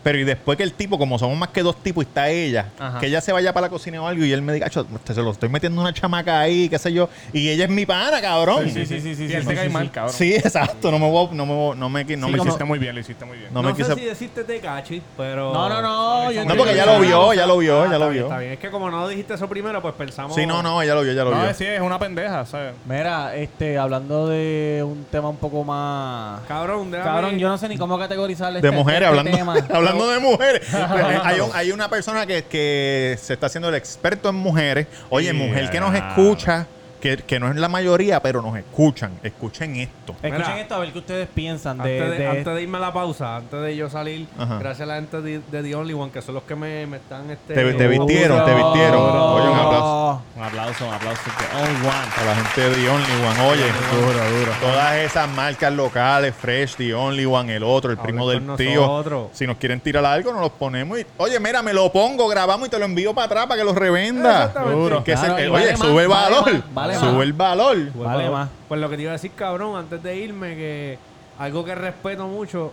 Pero y después que el tipo, como somos más que dos tipos y está ella, Ajá. que ella se vaya para la cocina o algo y él me diga, "Acho, te se lo estoy metiendo una chamaca ahí, qué sé yo, y ella es mi pana, cabrón. Sí, sí, sí, sí, Y sí, él te sí, cae sí, mal, sí. cabrón. Sí, exacto, no me voy, a- no me voy- no me, qui- no No, me lo quise, hiciste muy bien, lo hiciste muy bien. no me sé quise- si decirte Tecachi, pero. Ah, No, no, no. yo No, porque entiendo ya que lo vio, hablamos. ya lo vio, ya está lo bien, vio. Está bien, es que como no dijiste eso primero, pues pensamos. Sí, no, no, ella lo vio, ella lo No, vio. sí, es una pendeja, ¿sabes? Mira, este, hablando de un tema un poco más. Cabrón, déjame. Cabrón, yo no sé ni cómo categorizar este, De mujeres, este hablando, tema. hablando de mujeres. Eh, hay, un- hay una persona que, que se está haciendo el experto en mujeres. Oye, Yeah. mujer que nos escucha, que, que no es la mayoría, pero nos escuchan. Escuchen esto. Escuchen Mira. esto a ver qué ustedes piensan de, Antes de, de- este antes de irme a la pausa, antes de yo salir, Ajá. gracias a la gente de, de The Only One, que son los que me, me están. Este, Te- te vistieron, te vistieron. Oye, un aplauso. Un aplauso, un aplauso. Oh, one. A la gente de The Only One. Oye, Duro, duro. todas esas marcas locales, Fresh, The Only One, el otro, el primo del Hablen con tío. nosotros. Si nos quieren tirar algo, nos los ponemos. Y, oye, mira, me lo pongo, grabamos y te lo envío para atrás para que lo revenda. Exactamente. Que es el- Claro, y el- vale oye, más, sube el vale valor. más, vale sube más. el valor. Pues, Vale pa- más. Pues lo que te iba a decir, cabrón, antes de irme, que algo que respeto mucho,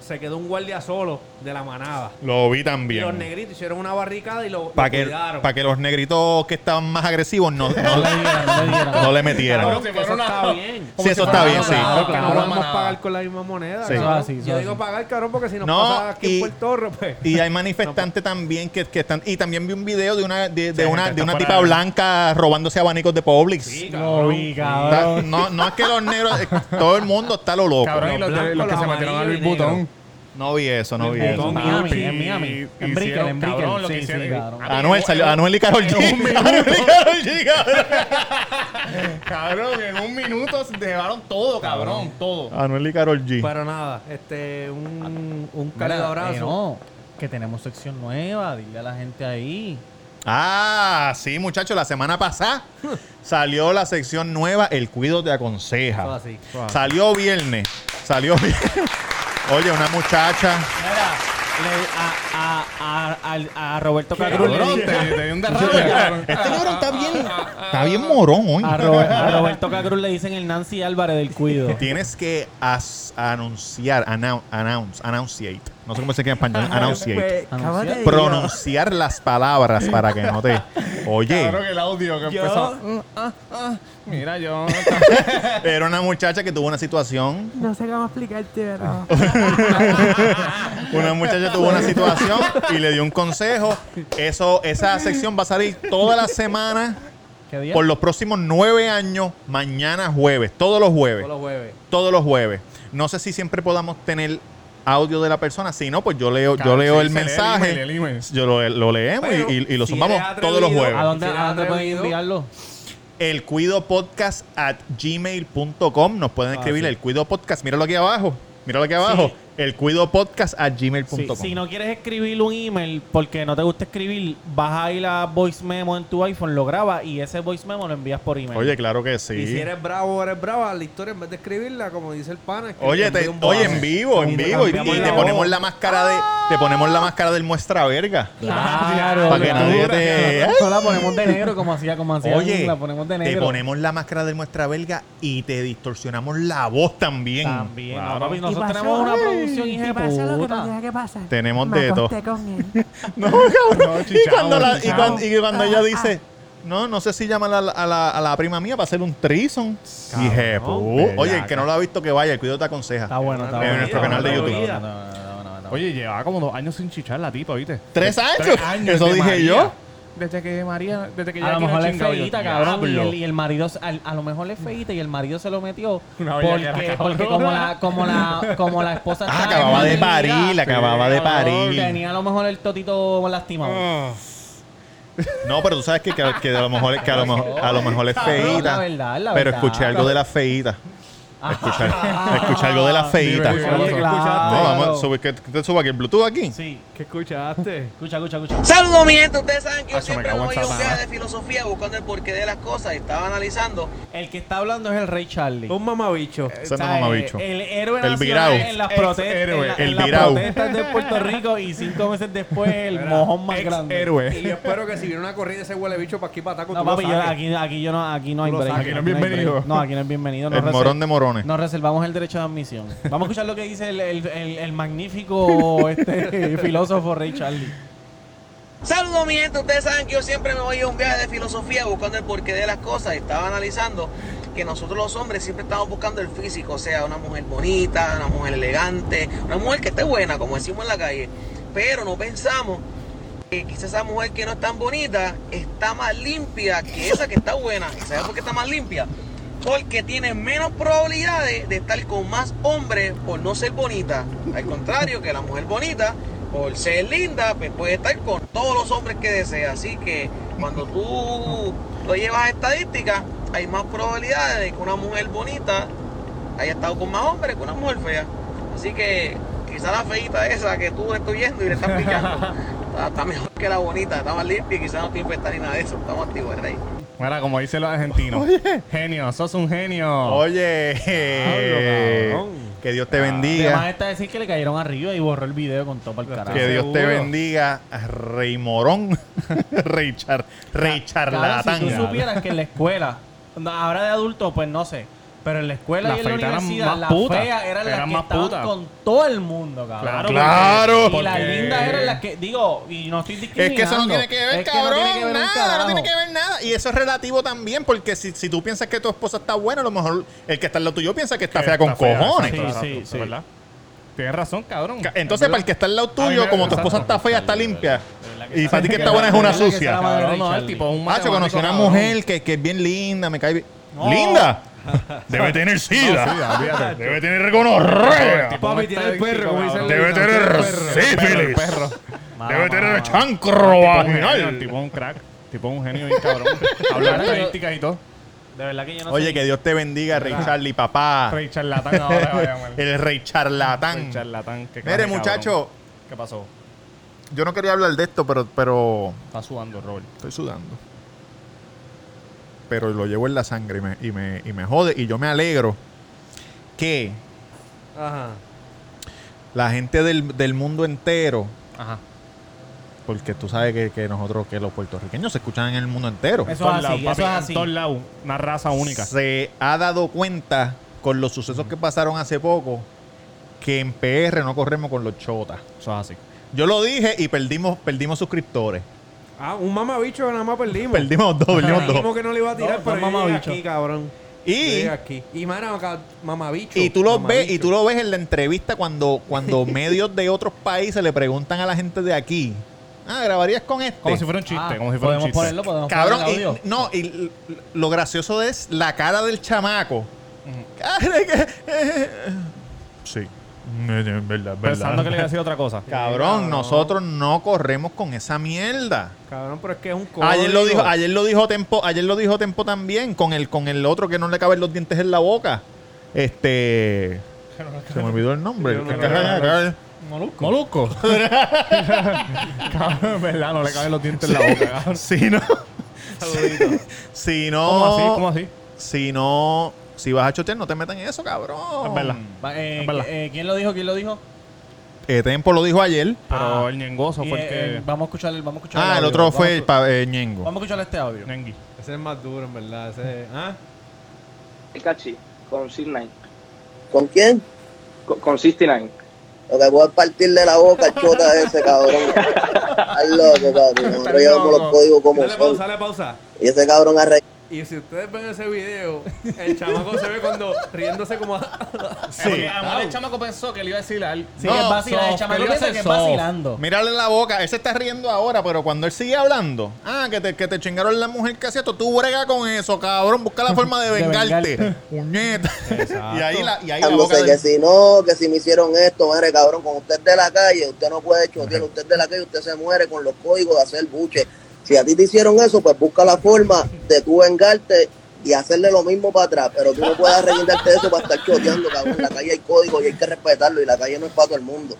se quedó un guardia solo de la manada. Lo vi Y los también. negritos hicieron una barricada y lo, Para lo que, cuidaron. pa' que los negritos que estaban más agresivos no, no, No le dieran, no le dieran. no le metieran. Cabrón, Si que eso fuera una- está bien. Sí, eso está bien, sí. Claro, Claro, no claro. podemos pagar con la misma moneda. Sí. cabrón. Ah, sí, Yo sí, digo sí. pagar, cabrón, porque si nos No, pasa aquí y- en Puerto Rico, pues. Y hay manifestantes también que, que están. Y también vi un video de una, de, de Sí, una, gente de una está tipa fuera. blanca robándose abanicos de Publix. Sí, Lo vi, Está- cabrón. no, no es que los negros, eh, todo el mundo está lo loco. Ah, Cabrón, y los, de- blancos, los que los se metieron a amarillos Luis y negros. Butón. No vi eso, no vi El eso. botón. Miami, Papi, en Miami. En hicieron, Brickell, en cabrón, Brickell. lo que Sí, sí, hicieron. eh, cabrón. Anuel salió, Anuel y Carol G. Anuel y Karol G, cabrón. Cabrón, en un minuto se llevaron todo, cabrón, todo. Anuel y Carol G. Pero nada, este, un, un Mira, cálido abrazo. eh, no, que tenemos sección nueva. Dile a la gente ahí. Ah, sí, muchachos, la semana pasada salió la sección nueva, El Cuido te Eso aconseja. así. Salió viernes. Salió viernes. Oye, una muchacha. Mira, le- a, a, a, al- a, Roberto Cacruz le Cabrón, di- te, te dio un derrame, cabrón. Este negro está bien. Está bien morón hoy. a, Robert- a Roberto Cacruz le dicen el Nancy Álvarez del cuido. Tienes que as- anunciar, annou- announce, annunciate. No sé cómo se queda en español. Pues, Annunciate. Anunciar. Pronunciar las palabras para que no te. Oye, Cabrón, el audio que Yo- empezó. "Mm, ah, ah". Mira, yo. era una muchacha que tuvo una situación. No sé cómo explicarte, pero. Una muchacha tuvo una situación y le dio un consejo. Eso, esa sección va a salir todas las semanas ¿Qué día? por los próximos nueve años, mañana jueves, todos los jueves. Todos los jueves. todos los jueves. No sé si siempre podamos tener audio de la persona. Si no, pues yo leo, yo leo Sí, el se lee mensaje. email, el email. yo lo, lo leemos y- Pero, y, y lo si sumamos eres todos los atrevido, jueves. ¿A dónde, Si eres ¿a dónde pueden atrevido. enviarlo? El cuido podcast at gmail.com. Nos pueden escribir el cuido podcast. Míralo aquí abajo. Míralo aquí abajo. Sí. El cuido podcast at Sí, gmail.com. si no quieres escribir un email porque no te gusta escribir, vas a ir a voice memo en tu iPhone, lo grabas y ese voice memo lo envías por email. Oye, claro que Y si sí. eres bravo o eres brava, la historia en vez de escribirla, como dice el pana. es que Oye, te te- envía un oye, bono. en vivo, en Y vivo. Y, cambiamos y la te voz. ponemos la máscara de, te ponemos la máscara del muestra verga. claro. Para que claro. nadie te. No la ponemos de negro como hacía, como hacía. Oye, la ponemos de te negro. ponemos la máscara de nuestra belga y te distorsionamos la voz también. También. Claro. no, papi, nosotros Y pasó- tenemos una producción Y hija de pasó lo que puta. tenía que pasar. Tenemos Me de todo. acosté con él. No, cabrón. No, y chichao, cuando, la- y chichao. cuando- y cuando ella Ah, dice, no, no sé si llama a la, a la- a la prima mía para hacer un trison. Dije, "Pu". oye, el que no lo ha visto que vaya, el cuidado te aconseja. Está bueno, está En bueno. nuestro canal de YouTube. Oye, llevaba como dos años sin chichar la tipa, ¿viste? ¿Tres años? Eso de dije María. yo. Desde que María. Desde que A Jackie lo mejor no es chingaba, yo, feíta, cabrón. Y diablo. el, y el marido, se- al- a lo mejor es feíta y el marido se lo metió. Una bellaquera, porque, cabrón. porque como la, como la, como la esposa Ah, estaba acababa de embarazada, parir, acababa de parir. Tenía a lo mejor el totito lastimado. No, pero tú sabes que, que, que a lo mejor, que a lo mejor, a lo mejor es Cabrón, la feíta. verdad, la Pero verdad, escuché algo cabrón. de la feíta. Escuché, escuché algo de la feíta. Dime, dime. Ah, No, Oye, ¿Qué vamos claro. a subir, que que te suba aquí el Bluetooth aquí. Sí. ¿Qué escuchaste? Escucha, escucha, escucha. Saludos mi gente, ustedes saben que yo Acho, me siempre cago me en voy a un Satanás. viaje de filosofía buscando el porqué de las cosas, estaba analizando El que está hablando es el Rey Charlie. Un mamabicho. Ese no O sea, eh, mamabicho. El héroe El nacional virao. en las protestas. Ex-héroe. en la- El en las virao. protestas de Puerto Rico y cinco meses después el mojón más grande. Y yo espero que si viene una corrida ese huele bicho para aquí para ataco, No, papi, yo- aquí, aquí yo no, aquí no hay lo break. saques. Aquí no es hay bienvenido. break. No, aquí no es bienvenido. No El morón de morón. cabrones. Nos reservamos el derecho de admisión. Vamos a escuchar lo que dice el, el- el- el magnífico este, filósofo Ray Charlie. Saludos mi gente, ustedes saben que yo siempre me voy a un viaje de filosofía buscando el porqué de las cosas. Estaba analizando que nosotros los hombres siempre estamos buscando el físico, o sea, una mujer bonita, una mujer elegante, una mujer que esté buena, como decimos en la calle. Pero no pensamos que quizás esa mujer que no es tan bonita está más limpia que esa que está buena. ¿Y sabes por qué está más limpia? Porque tiene menos probabilidades de estar con más hombres por no ser bonita. Al contrario que la mujer bonita, por ser linda, pues puede estar con todos los hombres que desea. Así que cuando tú lo llevas a estadística, hay más probabilidades de que una mujer bonita haya estado con más hombres que una mujer fea. Así que quizá la feita esa que tú estás viendo y le estás picando está, está mejor que la bonita, está más limpia y quizás no tiene estar ni nada de eso. Estamos activos, el rey. Mira, como dicen los argentinos. Genio, sos un genio. Oye, cabrón. que Dios te Además bendiga. está decir que le cayeron arriba y borró el video con todo para el carajo. Que Dios te seguro. bendiga, Rey Morón. Rey, Char- Rey Claro, si Charlatán. tú supieras que en la escuela, no, ahora de adulto, pues no sé, pero en la escuela Las y en la feitas eran universidad, más las putas, feas eran las eran que más estaban putas. con todo el mundo, cabrón. porque- Claro. Y las porque- lindas eran las que, digo, y no estoy Es discriminando. que eso no tiene que ver, es que no cabrón. tiene que ver un nada, no tiene carajo. que ver nada. Y eso es relativo también, porque si, si tú piensas que tu esposa está buena, a lo mejor el que está al lado tuyo piensa que está Que fea con fea, cojones. exacto, Sí, sí, exacto, sí. ¿verdad? Tienes razón, cabrón. Ca- Entonces, para el que está al lado Ay, tuyo, mira, como tu exacto. esposa está fea, está limpia. Y para ti que está verdad, buena es una verdad que sucia. está la madre Cabrón, de no, el Charlie. tipo es un Macho, conocí matemático, una cabrón. mujer que, que es bien linda, me cae bien. No. ¿Linda? Debe tener sida. Debe tener gonorrea. Papi, tiene el perro, como dice el- Debe Tiene el tener perro. sífilis. Debe tener chancro Tipo un genio, el vaginal. tipo es un crack. Tipo es un genio bien cabrón. Habla de estadísticas y todo. De verdad que yo no Oye, sé. que Dios te bendiga, Rey Charlie, papá. Rey charlatán ahora, voy a llamar. Ah. El rey charlatán. Rey charlatán. qué clase Mire, de cabrón. muchacho, ¿Qué pasó? yo no quería hablar de esto, pero, pero Está sudando, Robert. estoy sudando. Pero lo llevo en la sangre y me, y me, y me jode. Y yo me alegro que Ajá. la gente del, del mundo entero, Ajá. porque tú sabes que, que nosotros, que los puertorriqueños se escuchan en el mundo entero, Eso es Todos así, lados, eso papi, es en así. todos lados. Una raza única. se ha dado cuenta con los sucesos que pasaron hace poco que en PR no corremos con los chotas. Eso es así. Yo lo dije y perdimos, perdimos suscriptores. Ah, un mamabicho que nada más perdimos. Perdimos dos, perdimos Dijimos dos. que no le iba a tirar, No, pero no yo llegué mamabicho. aquí, cabrón. Yo Y, llegué aquí. Y mano, ca- mamabicho. y tú lo ves, mamabicho. y tú lo ves en la entrevista cuando, cuando medios de otros países le preguntan a la gente de aquí. Ah, ¿grabarías con este? Como si fuera un chiste. Ah, como si fuera un podemos chiste. ponerlo, podemos Cabrón, poner el y- audio. no, y l- lo gracioso es la cara del chamaco. Cara que- Sí. Verdad, verdad. Pensando que le iba a decir otra cosa. Cabrón, nosotros no corremos con esa mierda. Cabrón, pero es que es un código. Ayer lo dijo, ayer lo dijo Tempo, ayer lo dijo Tempo también con el con el otro que no le caben los dientes en la boca. Este se me olvidó el nombre. Yo no El me que- acuerdo. Molusco. Molusco. cabrón, verdad, no le caben los dientes en la boca. cabrón. Si no, si no, ¿Cómo así? ¿Cómo así? si no, si vas a chotear no te metan en eso, cabrón. Es verdad. Va, eh, Es verdad. eh, ¿Quién lo dijo? ¿Quién lo dijo? Eh, Tempo lo dijo ayer. Pero Ah. el ñengoso Y, fue el eh, que. vamos a escuchar el, vamos a escuchar Ah, el audio. otro fue el Vamos, pa- eh, a- Ñengo. vamos a escuchar este audio. Ñengui. Ese es más duro, en verdad. Ese, ¿ah? Pikachu con Sidney, ¿Con quién? con, con 69. Lo que voy a partirle la boca al chota ese, cabrón. Al loco, papi. Nosotros llevamos los códigos como Dale pausa, son. dale pausa. Y ese cabrón ha Y si ustedes ven ese video, el chamaco se ve cuando riéndose como. Sí. el chamaco pensó que le iba a decir al. Sí, No, que es vacilando. soft, El chamaco que le iba a piensa hacer que es soft. vacilando. Mírale la boca, él se está riendo ahora, pero cuando él sigue hablando, ah, que te, que te chingaron la mujer que hacía esto, tú brega con eso, cabrón, busca la forma de De vengarte. vengarte, puñeta. y ahí la, y ahí la boca arreglado. del- Que si no, que si me hicieron esto, madre, cabrón, con usted de la calle, usted no puede chotear. Usted de la calle, usted se muere con los códigos de hacer buche. Si a ti te hicieron eso, pues busca la forma de tú vengarte y hacerle lo mismo para atrás. Pero tú no puedes arreglarte eso para estar choteando, cabrón. En la calle hay código y hay que respetarlo y la calle no es para todo el mundo.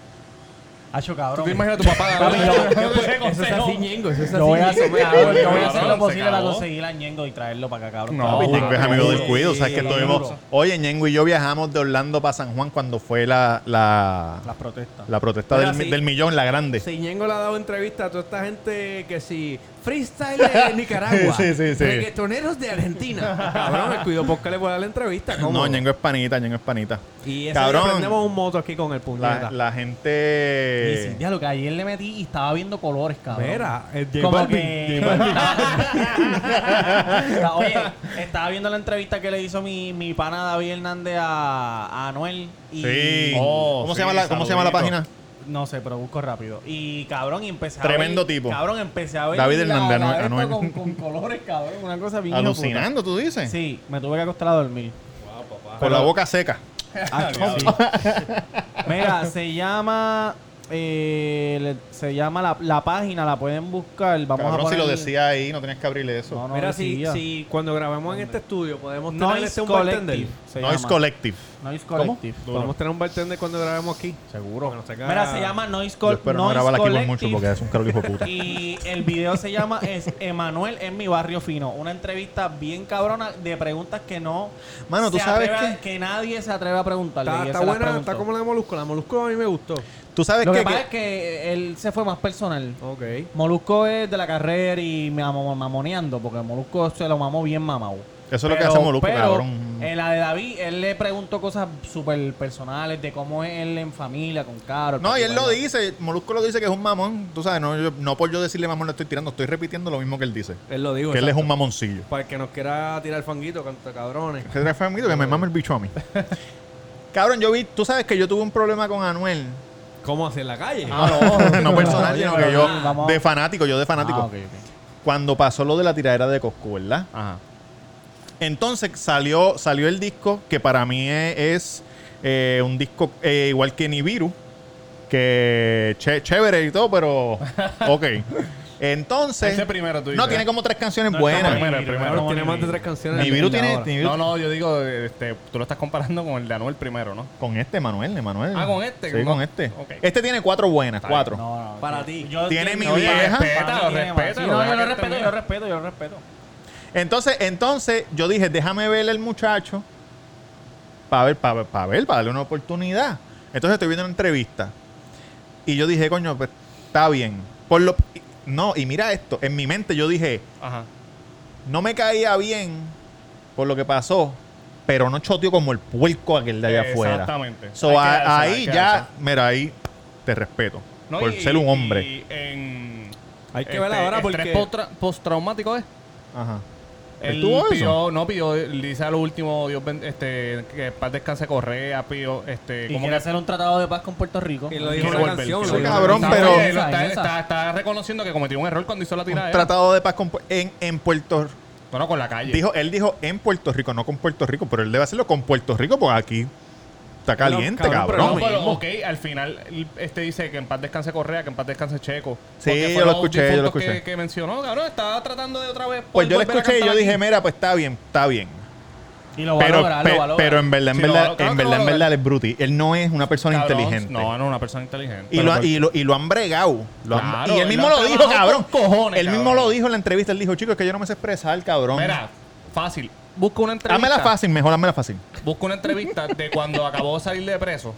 Hacho, ¿Tú cabrón. te imaginas a tu papá? Papi, yo- yo- Ese Eso es consejo. así, Ñengo. Eso es así. Yo voy a hacer, Ñengo. cabrón, yo voy a cabrón, hacer se lo posible para acabó. conseguir a Ñengo y traerlo para acá, cabrón. No, pues, Cabrón, Ñengo Ñengo es amigo del sí, cuido, sí, ¿sabes? Que lo estuvimos. juro. Oye, Ñengo y yo viajamos de Orlando para San Juan cuando fue la, la, Las protestas. la protesta Mira, del, mi- sí. del millón, la grande. Si Ñengo le ha dado entrevista a toda esta gente que si freestyle de Nicaragua, Sí, sí, sí. reggaetoneros de Argentina. Cabrón, el cuido Posca le puede dar la entrevista. ¿cómo? No, Ñengo es panita, Ñengo es panita. Y ese Cabrón. día prendemos un moto aquí con el La, puñeta. la Y sí, Eh. gente. ya lo que ayer le metí y estaba viendo colores, cabrón. Mira, el J Como Balvin, que... Oye, estaba viendo la entrevista que le hizo mi, mi pana David Hernández a, a Anuel. Y Sí. Oh, ¿Cómo, sí, se llama la, ¿Cómo se llama la saludito. página? No sé, pero busco rápido. Y cabrón, y empecé a Tremendo ver- tipo. Cabrón, empecé a ver. David la- Hernández, la Anuel- esto Anuel. Con, con colores, cabrón. Una cosa bien. hijoputa. Alucinando, tú dices. Sí, me tuve que acostar a dormir. Con la boca seca. Ah, sí. Mira, se llama. eh, le- se llama la, la página, la pueden buscar. Vamos a Cabrón, si poner- lo decía ahí, no tenías que abrirle No, eso. no, Mira, si, decía. si cuando grabemos en este estudio podemos tener Noise este un Collective. bartender. se Noise llama. Collective. Noise ¿Cómo? Collective. Podemos tener un bartender cuando grabemos aquí. Seguro. Que nos saca- Mira, se llama Noise, Yo Col espero no Noise grabar aquí por Collective. mucho porque es un caro hijo de puta. Y el video se llama es Emanuel en mi barrio fino. Una entrevista bien cabrona de preguntas que no. Mano, ¿tú se sabes atreve a- qué? que nadie se atreve a preguntarle. Está, y él está se las buena, preguntó. está como la de Molusco. La de Molusco a mí me gustó. Tú sabes Lo que que, pasa que- es que él se fue más personal. Ok. Molusco es de la carrera y me amo- mamoneando, porque Molusco se lo mamó bien mamado. Eso es lo que hace Molusco, pero, cabrón. En la de David, él le preguntó cosas súper personales de cómo es él en familia, con Caro. No, y él lo dice dice, Molusco lo dice que es un mamón. Tú sabes, no, yo- no por yo decirle mamón le estoy tirando, estoy repitiendo lo mismo que él dice. Él lo dijo. Que él es exacto. un mamoncillo. Para el que nos quiera tirar fanguito, canta cabrones. Que era famido, que me mame el bicho a mí. Cabrón, yo vi, tú sabes que yo tuve un problema con Anuel. ¿Cómo hace en la calle? no, personal, Oye, sino pero que yo, vamos- vamos- de fanático, yo de fanático. Ah, ok, ok. Cuando pasó lo de la tiradera de Coscu, ¿verdad? Ajá. Entonces salió, salió el disco que para mí es, es, eh, un disco eh, igual que Nibiru, que ché- chévere y todo, pero ok. Entonces, Ese primero tú dices. no, tiene como tres canciones No, el buenas. primero, el Nibiru, primero. cabrón, tiene más de tres canciones. Nibiru en la tiene, hora. Nibiru- No, no, yo digo, este, tú lo estás comparando con el de Anuel primero, ¿no? con este, Manuel, Emanuel. Ah, con este, Sí, con- con este. ok. Este tiene cuatro buenas, cuatro. No, no, Para sí. ti. Yo Tiene mi entiendo, oye, vieja. para mí Respétalo, tiene más. respétalo, Sí, no, yo lo deja que este respeto, termine. yo lo respeto, yo lo respeto. Entonces, entonces, yo dije, déjame verle al muchacho para ver, para ver, para darle una oportunidad. Entonces estoy viendo una entrevista. Y yo dije, coño, pues está bien. Por lo no, y mira esto, en mi mente yo dije, Ajá. no me caía bien por lo que pasó, pero no choteó como el puerco aquel de allá afuera. Exactamente. So, Hay que a- darse, hay ahí que ya, darse. mira, ahí te respeto. No, por y- ser un y- hombre. y en- Hay que este, ver ahora estrés porque... postra- postraumático es. Ajá. Él ¿Estuvo eso? pidió, no pidió, él dice a lo último, Dios ben- este, que paz descanse Correa, pidió, este, Y quiere hacer un tratado de paz con Puerto Rico. Y lo que dijo quiere una volver, canción. quiere Sí, lo dijo volver. cabrón, una pero- Está- está- Esa, está, esa. está- está reconociendo que cometió un error cuando hizo la Un tirada. tratado de paz con pu- en, en Puerto Rico. No, no, con la calle. Dijo, él dijo en Puerto Rico, no con Puerto Rico, pero él debe hacerlo con Puerto Rico porque aquí está caliente, cabrón, cabrón. pero No, lo pero, mismo. ok, al final él, este dice que en paz descanse Correa, que en paz descanse Checo. Sí, Porque yo fueron lo los escuché, yo lo difuntos que- escuché. Que, mencionó, cabrón, estaba tratando de otra vez. pues yo lo volver a escuché y yo cantar dije, aquí. mira, pues está bien, está bien. Y lo va Pero, a lograr, pe- lo va a lograr. pero en verdad, en Sí, lo va a verdad, lograr, en claro que verdad, lo va en a verdad, él es bruti. Él no es una persona Cabrón, inteligente. No, no, una persona inteligente. Y lo, ha- Pero- pues, y, lo, y lo han bregado. Lo han- Claro, y él lo mismo han lo dijo, cabrón. trabajado con cojones, él mismo cabrón. lo dijo en la entrevista. Él dijo, chicos, es que yo no me sé expresar, cabrón. Mira, fácil. Busca una entrevista. Hámela fácil, mejor hámela fácil. Busca una entrevista de cuando acabó de salir de preso.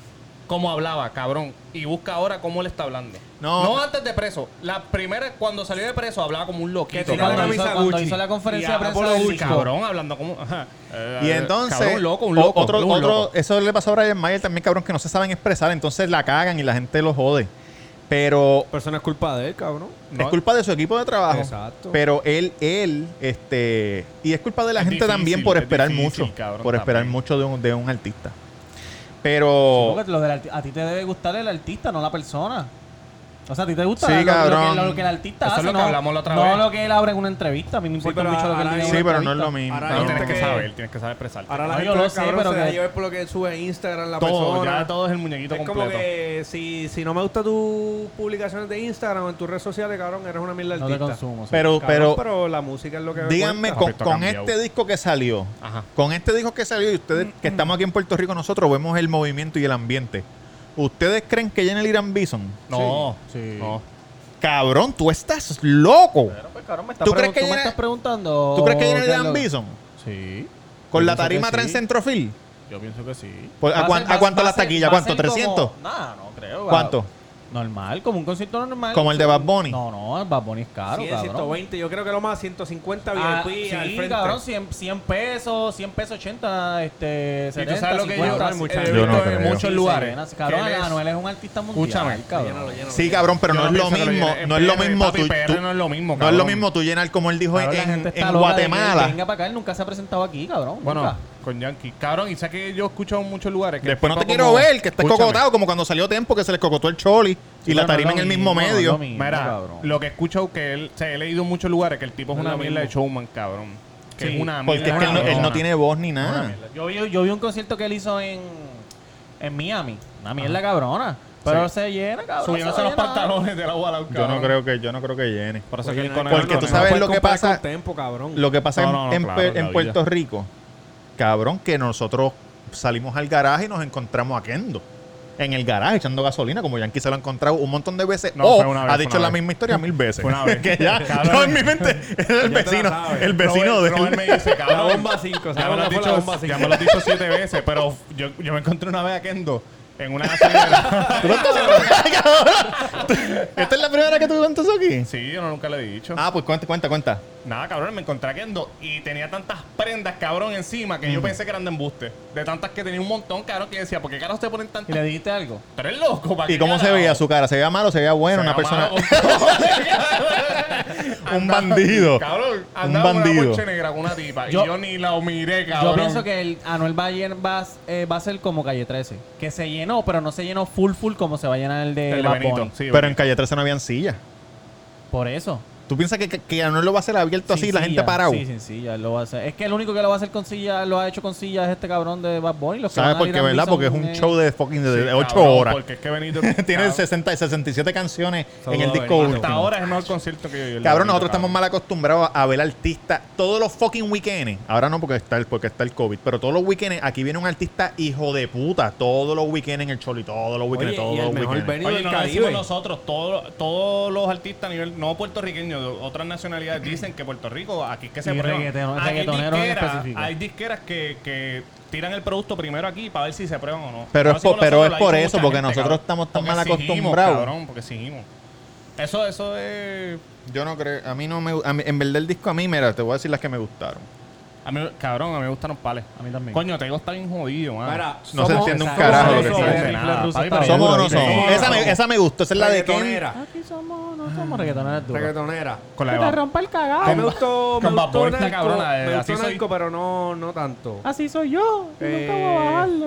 Cómo hablaba, cabrón. Y busca ahora cómo le está hablando. No. antes de preso. La primera, es cuando salió de preso, hablaba como un Que loquito. tiraba cabrón. cuando, una hizo, camisa cuando Gucci. hizo la Y conferencia de ahora prensa por del el disco. cabrón hablando como ajá, eh, Y entonces, cabrón, un loco, un o- loco, otro, un otro- eh, loco. eso le pasó a Brian Mayer también, cabrón, que no se saben expresar, entonces la cagan y la gente lo jode. Pero Persona es culpa de él, cabrón. es culpa de su equipo de trabajo. Exacto. Pero él, él, este, y es culpa de la Es gente difícil, también por es esperar difícil, mucho, cabrón, por esperar también. mucho de un, de un artista. Pero Porque lo del arti- a ti te debe gustar el artista, no la persona. O sea, a ti te gusta Sí, la- lo- lo, cabrón. que, lo que el artista Eso es hace, lo que no, hablamos la otra no vez. lo que él abre en una entrevista. A mí me importa pero mucho lo que él ahora diga en sí, una pero no es entrevista. lo mismo. Ahora No, No, no, tienes no. que que- saber, tienes que saber expresarte. Ahora la No, yo gente, lo sé, cabrón, pero se deja que- llevar por lo que sube en Instagram la todo, persona. ya todo es el muñequito Es como completo. que si, si no me gusta tus publicaciones de Instagram o en tus redes sociales, cabrón, eres una mierda No artista. te consumo. sí. pero, Cabrón, pero, pero la música es lo que díganme cuenta. con, Esto ha con cambiado. este disco que salió, Ajá. con este disco que salió y ustedes que estamos aquí en Puerto Rico nosotros vemos el movimiento y el ambiente. ¿Ustedes creen que Jenny Irán Bison? No, Sí. no. Cabrón, tú estás loco. Pero, pues, cabrón, me estás ¿Tú crees pregun- que tú me llena- estás preguntando? ¿Tú crees que Jenny qué es Irán lo- Bison? Sí. Con Yo la pienso que tarima traen sí. centrofil. Yo pienso que sí. Pues, ¿a Va cuán- ser- va- a cuánto va la a ser- taquilla? va a ¿Cuánto? ser como- ¿300? Nada, no creo. va- ¿Cuánto? Normal, como un concierto normal. Como el de Bad Bunny. No, no, el Bad Bunny es caro, 100, cabrón. 120, yo creo que lo más 150 VIP Ah, al sí, frente. cabrón, 100, 100 pesos, 100 pesos 80, este, Y 70, tú sabes lo que yo, 50, he muchas- visto Yo no en creo. muchos lugares. Cabrón, que él es- Anuel es un artista mundial, Escúchame. cabrón. Sí, cabrón, pero Yo no, es lo pienso que mismo. llene- No es lo PR, mismo. papi, Tú, PR tú- no es lo mismo, no es cabrón. lo mismo tú llenar, como él dijo, Cabrón, Pues la en, gente está en loca de que Guatemala. venga para acá, él nunca se ha presentado aquí, cabrón. Bueno, nunca. con Yankee. Cabrón, y sé que yo he escuchado en muchos lugares que Después no tipo te quiero como- ver, que estés Escúchame. cocotado, como cuando salió Tempo, que se les cocotó el choli y la pero no tarima es en lo el mismo mismo, no es medio. lo mismo. Mira, cabrón. lo que he escuchado que él, o sea, he leído en muchos lugares que el tipo es No es una lo mierda de mismo. showman, cabrón. Que Sí, es una Porque es mierda que él no, de él no persona. tiene voz ni Ah. nada. Yo vi, yo vi un concierto que él hizo en, en Miami. Una mierda cabrona. Pero se llena, cabrón. Ah. Subiéndose va a los llenar. pantalones de la Guadalajara. Yo no creo que, yo no creo que llene. Por eso es que él no, con Porque él tú no- sabes puedes lo que comparar pasa- con Tempo, cabrón. Lo que pasa No, en- no, no, en, claro, Puer- la en vida. Puerto Rico, cabrón, que nosotros salimos al garaje y nos encontramos a Kendo. En el garaje echando gasolina, como Yankee se lo ha encontrado un montón de veces. No, o fue una vez, ha fue dicho una la vez. misma historia mil veces. Fue una vez. que ya, Cabrón. yo en mi mente, era el Ya te la vecino. sabes. El vecino Robert- de Robert me dice, La cabrón. bomba 5, Ya me, lo has la dicho, bomba 5. ya me lo has dicho siete veces, pero yo, yo me encontré una vez a Kendo en una gasolinera. ¿Esta es la primera que tú cuentas aquí? sí, yo no- nunca le he dicho. Ah, pues cuenta, cuenta, cuenta. Nada, cabrón, me encontré a Kendo y tenía tantas prendas, cabrón, encima que yo pensé que eran de embuste. De tantas que tenía un montón, cabrón, que yo decía, ¿por qué caros te ponen ¿Y tantas? le dijiste algo? Tú eres loco, ¿para ¿Y qué cómo se carajo? veía su cara? ¿Se veía malo o se veía Se bueno? veía una persona. malo. Un bandido. Cabrón, Un andaba con una bandido. Porsche negra con una tipa. Yo- y yo ni la miré, cabrón. Yo pienso que el Anuel Bayer va, eh, va a ser como Calle 13. Que se llenó, pero no se llenó full full como se va a llenar el de El de Bad Benito, Bunny. sí, Pero Benito. en calle 13 no habían sillas. Por eso. ¿Tú piensas que, que, que no lo va a hacer abierto así Sin la gente silla. parado? Sí, sin silla, él lo va a hacer. Es que el único que lo va a hacer con silla, lo ha hecho con silla es este cabrón de Bad Bunny. Los que ¿Sabes van a por ir qué, a verdad? Bison, Porque es un eh, show de fucking de, Sí, 8 cabrón, horas. Porque es que Benito. Tiene cabrón, 60, 67 canciones en Saludos el a disco Benito. último. Hasta ahora es el mejor concierto que yo he oído. Cabrón, nosotros Cabrón. estamos mal acostumbrados a ver artistas todos los fucking weekends. Ahora no porque está el, porque está el COVID, pero todos los weekends aquí viene un artista hijo de puta. Todos los weekends en el Choli, todos los weekends, Oye, todos y el los mejor weekends. venido Oye, del no lo decimos Caribe. nosotros, todos, todos los artistas a nivel no puertorriqueños, de otras nacionalidades dicen que Puerto Rico, aquí es que se Mm. Y prueban. reggaetero- Aquí hay reggaetoneros en disqueras- específico. Hay disqueras que, que tiran el producto primero aquí para ver si se prueban o no. Pero No es por- lo hicimos pero nosotros, es lo por hizo eso, mucha porque gente, nosotros estamos tan mal exigimos, acostumbrados. Cabrón, porque exigimos. Eso, eso es... Yo no creo, a mí no me a mí- en verdad el disco a mí, mira, te voy a decir las que me gustaron. A mí, cabrón, a mí me gustan los pales. A mí también. Coño, te digo, está bien jodido, man. Mira, No se somos- entiende un somos carajo lo que eso, quiere de decir. nada. Papi, Papi, Somos o no seguro, somos. sí. Esa me, esa me gustó, esa es la de Ken. Reggaetonera. Aquí somos, no Ah. somos reggaetoneros duros. Reggaetonera. Con la Que de te Bad- rompa el cagado. A Eh. mí me gustó, me con Bad gustó Bunny está Narco, cabrona, eh, me gustó así soy- Narco, pero no, no tanto. Ah. Así soy yo. Yo nunca voy Eh, a bajarle.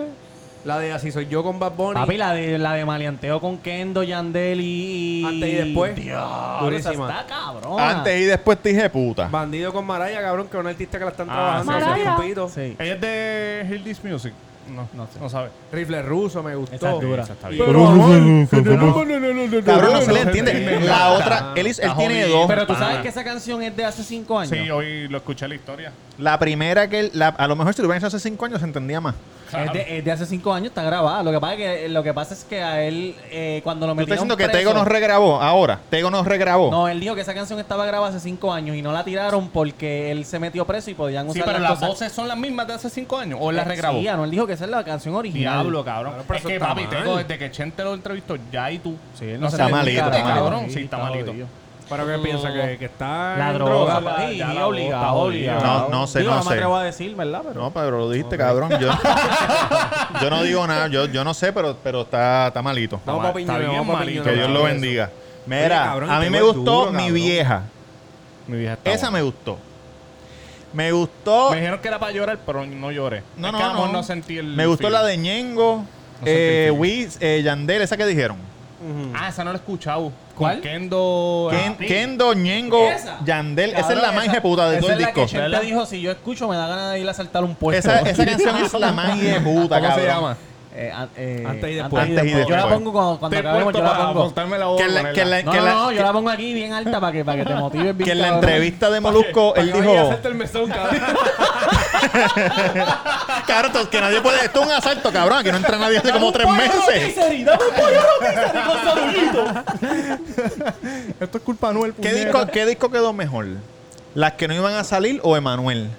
La de Así soy yo con Bad Bunny. Papi, la de, la de maleanteo con Kendo, Yandel y... Antes y después. Dios, Durísima. esa está cabrón. Antes y después te dije puta. Bandido con Maraya, cabrón, que es una artista que la están Ah, trabajando sí, hace sí. tiempito. Sí. Ella es de Hill This Music. No, No sé. no sabe. Rifle ruso me gustó. Esa es dura. Esa está Y- bien. Pero, amor, que te- no, no, no, no, no, Cabrón, no no, se le no, entiende. no, La no, otra, no. él, él Está tiene jodido. dos. Pero tú Pana. sabes que esa canción es de hace cinco años. Sí, hoy lo escuché en la historia. La primera que él- la- a lo mejor si lo hubieran hecho hace cinco años se entendía más. Es de, es de hace cinco años, está grabada. Lo que pasa es que, lo que, pasa es que a él, eh, cuando lo Tú estás metieron diciendo que preso- Tego nos regrabó ahora. Tego nos regrabó. No, él dijo que esa canción estaba grabada hace cinco años y no la tiraron porque él se metió preso y podían Sí, usar pero las las cosas- voces son las mismas de hace cinco años. ¿O él las Eh, regrabó? Sí, Anuel dijo que esa es la canción original. Diablo, cabrón. Claro, pero es eso que, está papi, mal. tengo desde que Chente lo entrevistó, ya y tú. Sí, él No se está le malito, dedica, está malito. cabrón. Sí, está malito. ¿Pero qué piensa? ¿Que, que está La en droga, droga? papi, ya la obligado, bota, obligado, obligado. No, no sé, Digo, no me sé. atrevo a decir, ¿verdad? Pero... No, pero lo dijiste, cabrón. Yo, yo no digo nada. Yo, yo no sé, pero, pero está, está malito. Vamos Está pa' Piñón, bien vamos pa' malito, Piñón. que Dios lo Eso. bendiga. Mira, Oye, cabrón, a mí Tego me es gustó duro, mi cabrón. vieja. Mi vieja está Esa buena. me gustó. Me gustó. Me dijeron que era para llorar, pero no lloré. No, Es no, que a lo mejor no. no sentí el. Me gustó feeling. la de Ñengo, No sentí eh, el feeling. Wiz, eh, Yandel, esa que dijeron. Ujú. Ah, esa no la he escuchado. Con ¿Cuál? Kendo. ah, Ken- Sí. Kendo, Ñengo, Esa. Yandel. esa es Cabrón, la más puta de todo el esa disco. Es la que Chente dijo, si yo escucho, me da ganas de ir a saltar un puesto. Esa, esa canción es la más puta, ¿Cómo cabrón. se llama? Eh, an- eh, Antes y después. Antes y Yo la después. pongo cuando, cuando Te he acabemos, puesto yo la para pongo. cortarme la voz. Que la- ponerla. que la- No, que no, la- no, que- yo la pongo aquí bien alta para que, para que te motives bien. Que en la cabrón. entrevista de Molusco, él Para que vaya a dijo... hacerte el mesón, cabrón. Cabrón, esto- que nadie puede. Esto es un asalto, cabrón. Que no entra nadie hace como tres meses. Esto es culpa de Anuel. ¿Qué puñeta. disco, ¿Qué disco quedó mejor? ¿Las que no iban a salir o Emanuel?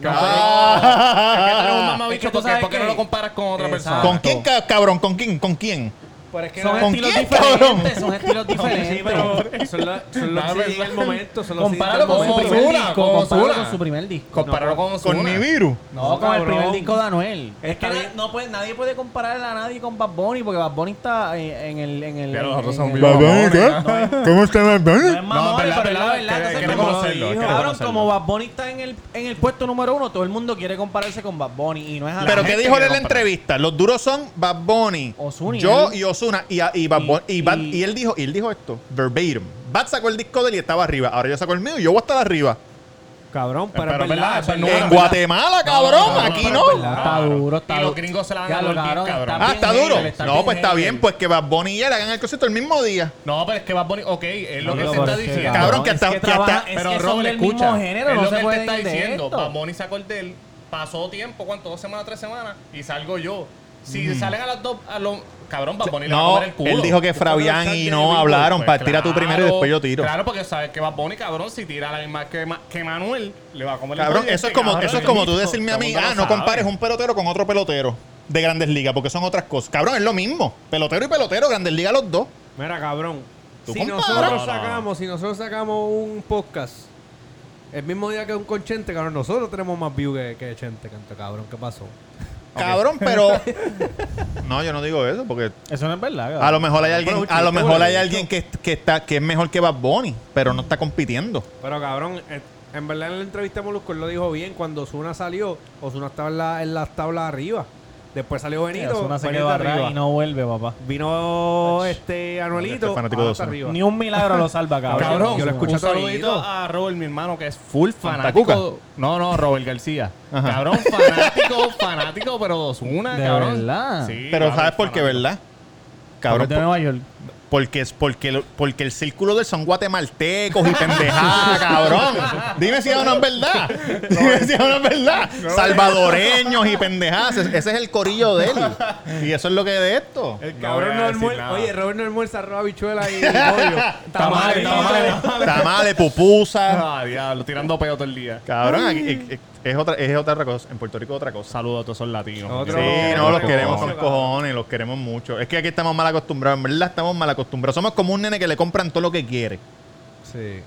Es Ah, que tú eres un Es que mamabicho tú porque, sabes porque no que- lo comparas con otra Exacto. persona. ¿Con quién, ca- cabrón? ¿Con quién? ¿Con quién? Pero es que Son no- ¿Con estilos quién, diferentes, cabrón? son estilos Sí, diferentes. pero son los son los Dame, CD del dame. momento. Son los Compáralo CD del con su momento. primer Ozuna, disco, con compáralo Ozuna. con su primer disco. Compararlo con ¿Con Ozuna. Nibiru? No, con el cabrón. primer disco de Anuel. Es Está que bien. no puede, nadie puede comparar a nadie con Bad Bunny porque Bad Bunny está eh, en el. En el Ya en- los otros en son el- bien No, mamones, ¿Cómo está Bad Bunny? es mamón, No, verdad, pero es la verdad. verdad, que- Entonces, que como- reconocerlo, hay que Cabrón, reconocerlo. como Bad Bunny está en el, en el puesto número uno, todo el mundo quiere compararse con Bad Bunny y no es así. Pero gente ¿qué dijo él quiere en la comprar. entrevista? Los duros son Bad Bunny, Ozuna y yo ¿eh? él. y Osuna y, a- y Bad Bunny. Y, Y- Bad- y- y él dijo, y él dijo esto, verbatim. Bad sacó el disco de él y estaba arriba. Ahora yo saco el mío y yo voy a estar arriba. Cabrón, pero, Pero es es verdad. verdad, eso es no- verdad. en Guatemala, cabrón, no, no, aquí no, pues, no. no, no. Está duro, está Y los duro. gringos se la van Ya a lo volver, cabrón, cabrón. está Ah, está bien duro. hater, está No, bien pues está hater. bien, pues que Bad Bunny y él hagan el concierto el mismo día. No, pero es que Bad Bunny, ok, es lo que Pero se está es que, diciendo. Cabrón, que es hasta- que hasta- trabaja- es pero que son Robert, del escucha, mismo género, es no lo se que él pueden te está ir de diciendo. esto. Bad Bunny sacó el de él, pasó tiempo, ¿cuánto? Dos semanas, tres semanas, y salgo yo. Si salen a las dos, a los... Cabrón, Bad Bunny le va a Mm. No, comer el culo. él dijo que Fabián y no hablaron. Pues para tira tú claro, primero y después yo tiro. Claro, porque sabes que Bad Bunny, cabrón, si tira la misma que, Ma- que Manuel, le va a comer Cabrón, el eso es como, eso es como tú decirme a mí, ah, no compares un un pelotero con otro pelotero de grandes ligas, porque son otras cosas. Cabrón, es lo mismo. Pelotero y pelotero, grandes ligas los dos. Mira, cabrón. Tú Si compara. nosotros No, no, no. sacamos, si nosotros sacamos un podcast el mismo día que un con Chente, cabrón, nosotros tenemos más views que, que Chente, canto, cabrón. ¿Qué pasó? Cabrón, pero. No, yo no digo eso, porque Eso no es verdad. cabrón. a lo mejor hay alguien, a lo mejor bueno, hay de alguien que, que está, que es mejor que Bad Bunny, pero no está compitiendo. Pero cabrón, eh, en verdad en la entrevista Molusco él lo dijo bien. Cuando Osuna salió, Osuna estaba en, la, en las tablas arriba. Después salió Sí, Benito. Ozuna se Benito quedó arriba. atrás y no vuelve, papá. Vino este Anuelito. Este fanático de ah, está Ozuna. arriba. Ni un milagro lo salva, cabrón. Cabrón, yo lo escuché un todito. saludito a Robert, mi hermano, que es full Cuca? fanático. No, no, Robert García. Ajá. Cabrón, fanático, fanático, pero dos una, De cabrón. verdad. Pero cabrón, sabes por qué, fanático. ¿verdad? Porque Cabrón, pues- es de Nueva York. Porque, es- porque, lo- porque el círculo de él son guatemaltecos y pendejadas, cabrón. Dime si eso no es verdad. Dime si eso no es verdad. Salvadoreños y pendejadas. Ese ese es el corillo de él. Y eso es lo que es de esto. El Cabrón, no, almuerza. Oye, Robert no almuerza arroz, habichuela y pollo. Tamales, tamales. Tamales, pupusas. Ah, diablo, tirando peo todo el día. Cabrón, aquí- es, es- es otra, es otra cosa. En Puerto Rico otra cosa. Saludos a todos esos latinos. Otro- Sí, no, los Otro queremos con cojones. cojones, los queremos mucho. Es que aquí estamos mal acostumbrados, en verdad estamos mal acostumbrados. Somos como un nene que le compran todo lo que quiere. Sí.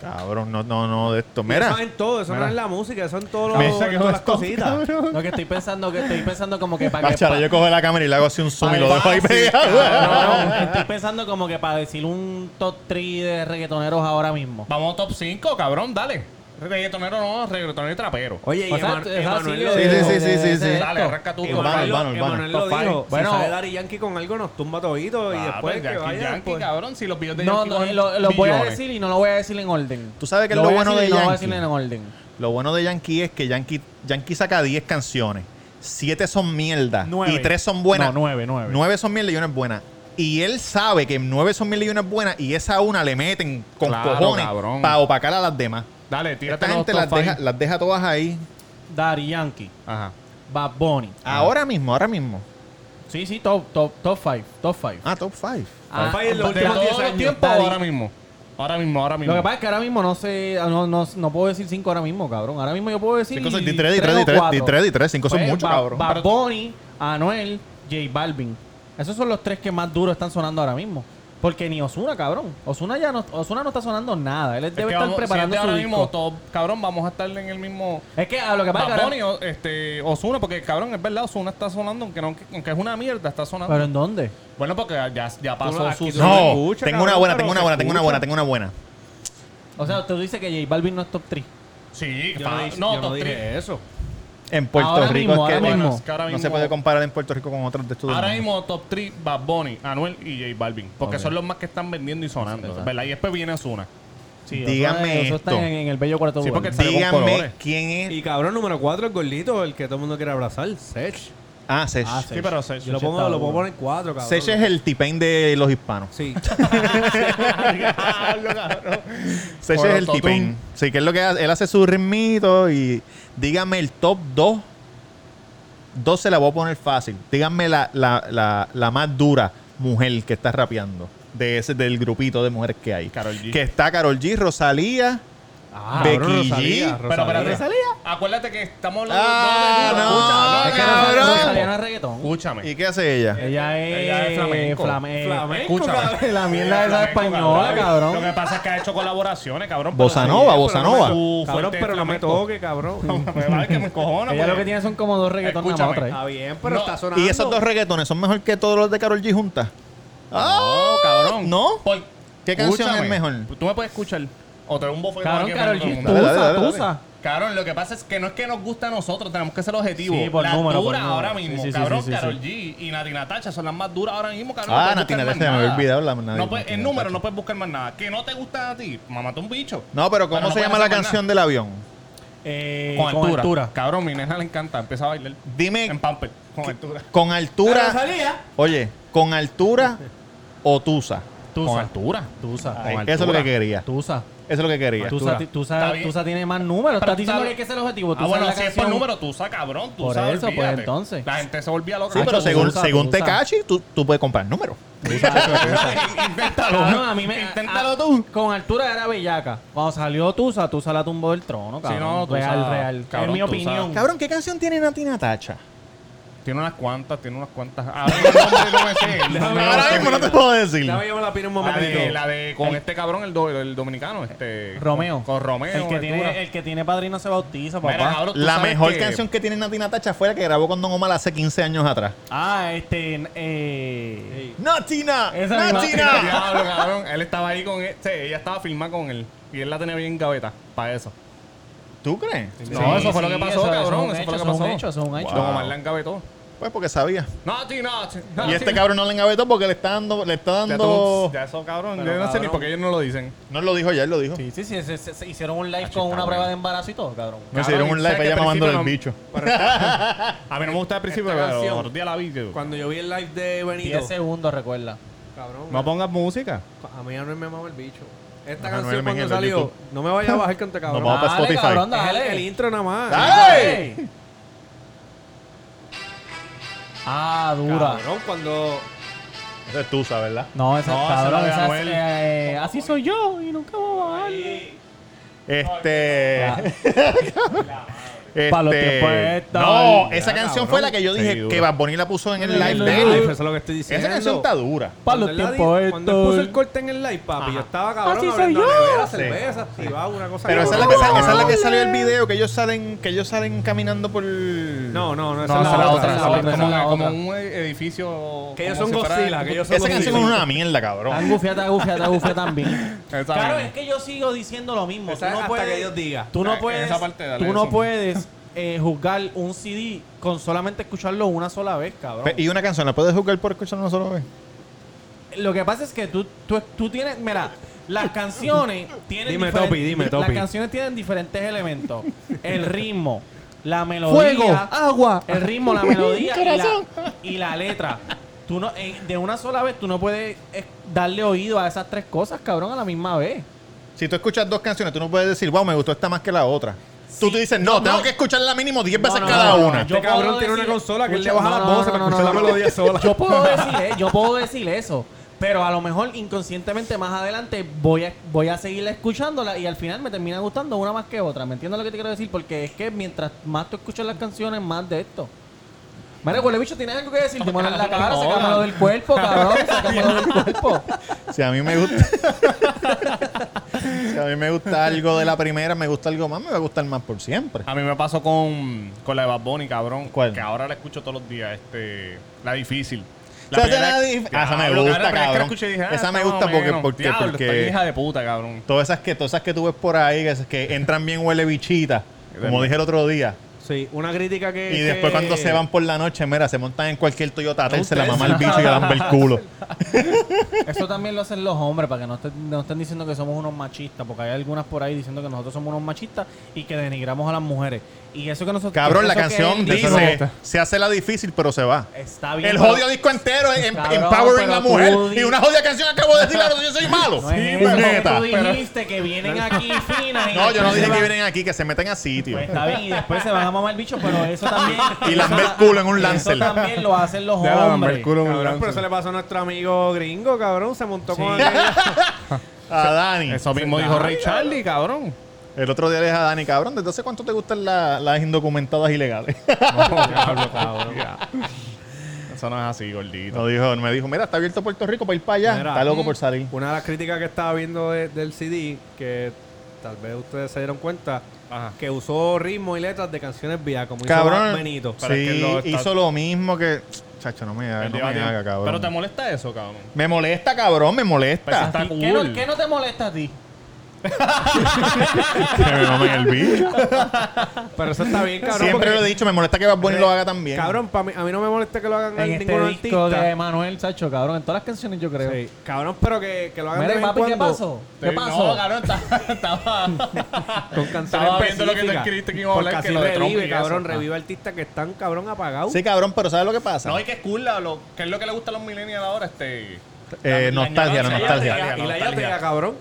Cabrón, no, no, no, de esto. Mira. Mira. Eso en todo, eso no es la música, eso en todo lo, Mira. en todas las cositas. Lo que estoy pensando, que estoy pensando como que para que. Cachara, yo cojo la cámara y le hago así un zoom y lo dejo ahí pegado. Cabrón, estoy pensando como que para decir un top 3 de reggaetoneros ahora mismo. Vamos top 5, cabrón, dale. Reggaetonero no, reggaetonero y trapero. Oye, y O sea, es Eman- así, Emanuel de- lo Sí, dijo. sí, sí, de- sí, de- sí. de Dale, esto. arranca tú. Emanuel- cabrón. urbano, Emanuel lo- urbano. Emanuel lo Top five. dijo. Bueno. si sale Daddy Yankee con algo nos tumba todito y Ah, después pues, que Yankee, vaya Yankee, pues. cabrón, si los videos de No, Yankee no, cogen lo, lo voy a billones. decir y no lo voy a decir en orden. ¿Tú sabes qué es lo voy a bueno decir de y No lo voy a Yankee? decir en orden. Lo bueno de Yankee es que Yankee, Yankee saca 10 canciones. 7 son mierda Nueve. y 3 son buenas. No, nueve, nueve. 9 son mierda y una es buena. Y él sabe que 9 son mierda y una es buena y esa una le meten con Claro, cojones cabrón. para opacar a las demás. Dale, tírate Esta los gente top las deja, five. las deja todas ahí. Daddy Yankee, Ajá. Bad Bunny. Ahora mismo, ahora mismo. Sí, sí, top 5, top 5. Top five, top five. Ah, top 5. Ah, Five en los de últimos todos 10 los años. tiempos Daddy. ahora mismo. Ahora mismo, ahora mismo. Lo que pasa es que ahora mismo no sé, no, no, no puedo decir 5 ahora mismo, cabrón. Ahora mismo yo puedo decir. Cinco son- di tres, tres di o tres, di tres, cuatro. di tres, di tres. Cinco son mucho, Ba- cabrón. Bad Pero- Bunny, Anuel, J Balvin. Esos son los tres que más duro están sonando ahora mismo. Porque ni Osuna, cabrón. Osuna ya no, Osuna no está sonando nada. Él Es debe que estar vamos- preparando si es de su ahora mismo, disco. top, cabrón, vamos a estar en el mismo... Es que a lo que pasa es que Bad ahora- Bunny, o- este, Ozuna, porque cabrón, es verdad, Ozuna está sonando, aunque, no, aunque es una mierda, está sonando. ¿Pero en dónde? bueno, porque ya, ya Tú no- pasó aquí su... tú No, se escucha, tengo cabrón, una buena, pero tengo una se buena, tengo una escucha. buena, tengo una buena. O sea, usted dice que J Balvin no es top 3. Sí, Yo pa- no, dije- no, yo no top dije tres. eso. En Puerto Ahora Rico mismo, es que ahora bueno, mismo. Es que ahora no se mismo- puede comparar en Puerto Rico con otros de estos. Ahora mismo top 3, Bad Bunny, Anuel y J Balvin. Porque son los más que están vendiendo y sonando, Exacto. ¿verdad? Y después viene Ozuna. Sí, Dígame Eso está esto. en, en el bello cuarto Sí, lugar. porque- sale con Díganme colores. quién es Y cabrón, número 4, el gordito, el que todo el mundo quiere abrazar, Sech. Ah, Sech. Ah, Sech Sech. pero Sech- Yo lo pongo, lo puedo poner en cuatro, cabrón. es el tipen de los hispanos. Sí. Sech es Bueno, el Totum. tipen. Sí, que es lo que hace. Él hace su ritmito y dígame el top 2. Dos se la voy a poner fácil. Díganme la, la, la, la más dura mujer que está rapeando de ese, del grupito de mujeres que hay. Karol G. Que está Carol G, Rosalía. Ah, Becky cabrón, Rosalía, G. Pero, Rosalía. espérate, acuérdate que estamos hablando Ah, de- no, Escúchame, Es que no cabrón. sale- no sale, no es reggaetón. Escúchame. ¿Y qué hace ella? Ella es, Ella es flamenco. flame- eh, Flamenco, Escúchame. La mierda esa Flamenco, española, Lo que cabrón. pasa es que ha hecho colaboraciones, cabrón. Bossa pero- Nova, Sí, Bossa pero no Nova. es su Cabrón, fuerte pero no me flamenco. toque, cabrón. Me vale que me encojona, Ella lo porque- que tiene son como dos reggaetones nada más pues. Escúchame, otra Está vez. bien, pero No. está sonando. ¿Y esos dos reggaetones son mejor que todos los de Carol G juntas? No, cabrón. ¿No? Por- ¿Qué canción Escúchame. es mejor? Tú me puedes escuchar. O te doy un bofetón Cabrón, aquí Karol para todo G, el mundo. Dale, dale, tusa, dale, dale. tusa. Cabrón, lo que pasa es que no es que nos gusta a nosotros, tenemos que ser objetivos. Sí, por las número, por duras número. ahora Sí, mismo, sí, sí, cabrón, sí, sí, Karol G y Nati Natacha son las más duras ahora mismo, cabrón. Ah, no puedes Nati buscar Natacha, más me había nada. olvidado la- Nati- No puedes- Nati En número Natacha. no puedes buscar más nada. Que no te gusta a ti, mamate un bicho. No, pero ¿cómo Pero no se pueden llama hacer la más canción del avión? Eh, Con, altura. Cabrón, mi nena le encanta, empieza a bailar. Dime- En pamper, con altura. Con Pero altura. Rosalía. Oye, con altura o tusa. Con Tusa. altura. Tusa. Ay, Eso es lo que quería. Eso Tusa. es lo que quería. Tusa, Altura. ti- Tusa- Está bien. Tusa tiene más números. Pero Estás diciendo está- que hay que es el objetivo. Ah, Tusa bueno, la si es por canción- número, Tusa, cabrón. Tusa, Por eso, pues, olvídate. entonces. La gente se volvía loca. Sí, pero Tusa, según, tusa, según tusa. Tekashi, tú, tú puedes comprar números. Inténtalo. Cabrón, a mí me. Inténtalo a- tú. Con altura era bellaca. Cuando salió Tusa, Tusa la tumbó del trono, cabrón. no, Tusa- real, real. cabrón, es mi Tusa. opinión. Cabrón, ¿qué canción tiene Nati Natacha? Tiene unas cuantas, tiene unas cuantas. Ahora mismo el nombre no me sé, el nombre no Ahora sé. mismo no te puedo decir. Déjame llamar la pina un La momentito. de, la de con este cabrón, el, do- el dominicano, este. Romeo. Con, con Romeo. El que, Ventura. tiene, el que tiene padrino se bautiza, papá. Mira, cabrón, tú La sabes mejor que- canción que tiene Nati Natacha fue la que grabó con Don Omar hace 15 años atrás. Ah, este. Eh, ¡Natina! Esa misma- ¡Natina! Ah, Diablo, cabrón. Él estaba ahí con este. Ella estaba filmada con él. Y él la tenía bien en gaveta. Para eso. ¿Tú crees? No, eso fue lo que pasó, eso- cabrón. Eso, Eso fue lo que es un pasó. hecho, eso es un hecho. Don Omar la engavetó. Pues porque sabía. Nati, Nati. Y Nati. este cabrón no le engavetó porque le está dando... Le está Ya, tú- dando... ya eso, cabrón. Pero, yo no sé ni cabrón. por qué ellos no lo dicen. No él lo dijo ya, él lo dijo. Sí, sí, sí. Se, se- se hicieron un live con una prueba de embarazo y todo, cabrón. Me hicieron un Cabrón, like ¿sabes allá que al mamándole el bicho. principio A mí no me gusta al principio, Esta pero canción. otro día la vi. yo- Cuando yo vi el live de 10 Benito. segundos, recuerda. Cabrón. No pongas música. A mí ya no me mama el bicho. Esta Manuel Miguel canción cuando de salió, YouTube. no me vaya a bajar canta cabrón. vamos para Spotify. cabrón, Es el, dale. el intro nada más. ¡Dale! Ah, dura. Cabrón, cuando Esa es tusa, ¿verdad? No, esa No, esa cabrón, es la de esa es, Anuel. eh, así soy yo y nunca voy a bajarle. Este. Este, Pa' los tiempos estos. no, esa Ya, canción cabrón. fue la que yo dije Sí, dura. que Bad Bunny la puso en el live en de el live, eso él. es lo que estoy diciendo. Esa canción está dura. Para los Cuando él la tiempos di- Cuando él estos. puso el corte en el live, papi, yo estaba cabrón Así soy hablando yo. de nevera, Sí. cerveza, activado, una cosa Pero que esa es, la no- que sal- esa es la que salió el video, que ellos salen, que ellos salen caminando por. No, no, no, esa No, es esa es la otra. es esa es otra, la esa es otra. la Como, como otra. un edificio. Que ellos como son si fuera- Godzilla, que ellos son Esa canción es Godzilla. una mierda, cabrón. Angufia, te angufia, te angufia también. Esa Claro, misma. es que yo sigo diciendo lo mismo. Tú Esa es no hasta puedes, que Dios diga. Tú Ah, no en puedes, esa parte, dale, tú no eso. puedes eh, juzgar un CD con solamente escucharlo una sola vez, cabrón. Pe- Y una canción, ¿la puedes jugar por escuchar una sola vez? Lo que pasa es que tú, tú, tú tienes, mira, las canciones tienen Dime, diferen- Topi, dime, di- Topi. Las canciones tienen diferentes elementos. El ritmo, la melodía, agua. el ritmo, la melodía y la, y la letra. Tú no, en- de una sola vez tú no puedes eh, darle oído a esas tres cosas, cabrón, a la misma vez. Si tú escuchas dos canciones, tú no puedes decir, wow, me gustó esta más que la otra. Tú te dices, no, tengo que escucharla mínimo 10 veces No, no, cada no, no, una. yo Este cabrón puedo tiene una decirle- consola que él le Escucha, baja las voces para escuchar la melodía sola. Yo puedo, decir, e, yo puedo decir eso, pero a lo mejor inconscientemente más adelante voy a, voy a seguir escuchándola y al final me termina gustando una más que otra. ¿Me entiendes lo que te quiero decir? Porque es que mientras más tú escuchas las canciones, más de esto. Mira, huele bicho, tienes algo que decir. Te en la cara, sacámoslo del cuerpo, cabrón. Sacámoslo del cuerpo. Si a mí me gusta. si a mí me gusta algo de la primera, me gusta algo más, me va a gustar más por siempre. A mí me pasó con, con la de Bad Bunny, cabrón. ¿Cuál? Que ahora la escucho todos los días. Este, la difícil. O sea, primera- esa la dif- Diablo, ah, esa me cabrón, gusta, la primera vez que la cabrón. escuché dije, ah, Esa me está gusta más o porque- menos. porque- Diablo, porque- está bien hija de puta, cabrón. Todas esas que, todas esas que tú ves por ahí, que, que entran bien huele bichita, como dije el otro día, Sí, una crítica que. Y después que- cuando se van por la noche, mira, se montan en cualquier Toyota Tercel, se la mama el bicho y le dan el culo. Eso también lo hacen los hombres para que no estén, no estén diciendo que somos unos machistas, porque hay algunas por ahí diciendo que nosotros somos unos machistas y que denigramos a las mujeres. Y eso que nosotros. Cabrón, la eso que canción él dice, se hace la difícil, pero se va. Está bien. El pero- jodido disco entero en, en- Cabrón, empowering pero la mujer. tú di- Y una jodida canción acabo de decir, ahora yo soy malo. No Sí, es eso, porque puñeta. tú dijiste que vienen aquí finas. y No, yo no dije después se que van- vienen aquí, que se meten a sitio. Pues está bien, y después se van a mamar el bicho, pero eso también. Y lamber eso- culo en un eso Lancer. también lo hacen los Déjala lamber hombres. culo en un Cabrón, pero lance. eso le pasó a nuestro amigo gringo, cabrón. Se montó Sí. con aquella- A Dani. Eso mismo dijo Ray Charlie, cabrón. El otro día le dije a Dani, cabrón, ¿desde hace cuánto te gustan la- las indocumentadas ilegales? Eso no es así, gordito. No dijo, me dijo, mira, está abierto Puerto Rico para ir para allá. Mira. mm, está loco por salir. Una de las críticas que estaba viendo de- del CD, que tal vez ustedes se dieron cuenta, Ajá. que usó ritmo y letras de canciones viejas, como hizo Cabrón. Bad Benito. Sí, Pero es que lo está- hizo lo mismo que... Chacho, no me, haga, El no me debate- haga, cabrón. Pero te molesta eso, cabrón. Me molesta, cabrón, me Pero molesta. está ¿Y ¿Qué no, cool. ¿Qué no te molesta a ti? Pues Que me mamen el bicho. Pero eso está bien, cabrón. Siempre porque- Eh, lo he dicho, me molesta que Bad Pues, Bunny lo haga también. Pues, Cabrón, pa' mí- a mí no me molesta que lo hagan En ningún este disco artista. de Manuel Sacho, cabrón, en todas las canciones yo creo. Sí, Cabrón, pero que, que lo hagan Mira, de vez en papi, ¿qué cuando pasó? ¿Qué Sí, pasó? No, cabrón, está- estaba... Con canciones Estaba viendo lo que tú específicas. escribiste que iba a Porque hablar, que así lo de Trump revive, y eso. cabrón, Ah. revive artistas que están, cabrón, apagados. Sí, cabrón, pero ¿sabes lo que pasa? No, y que es cool, la- lo- ¿qué es lo que le gusta a los millennials ahora? Este... Eh, la- la nostalgia, la añoranza, nostalgia. y la yatea, cabrón.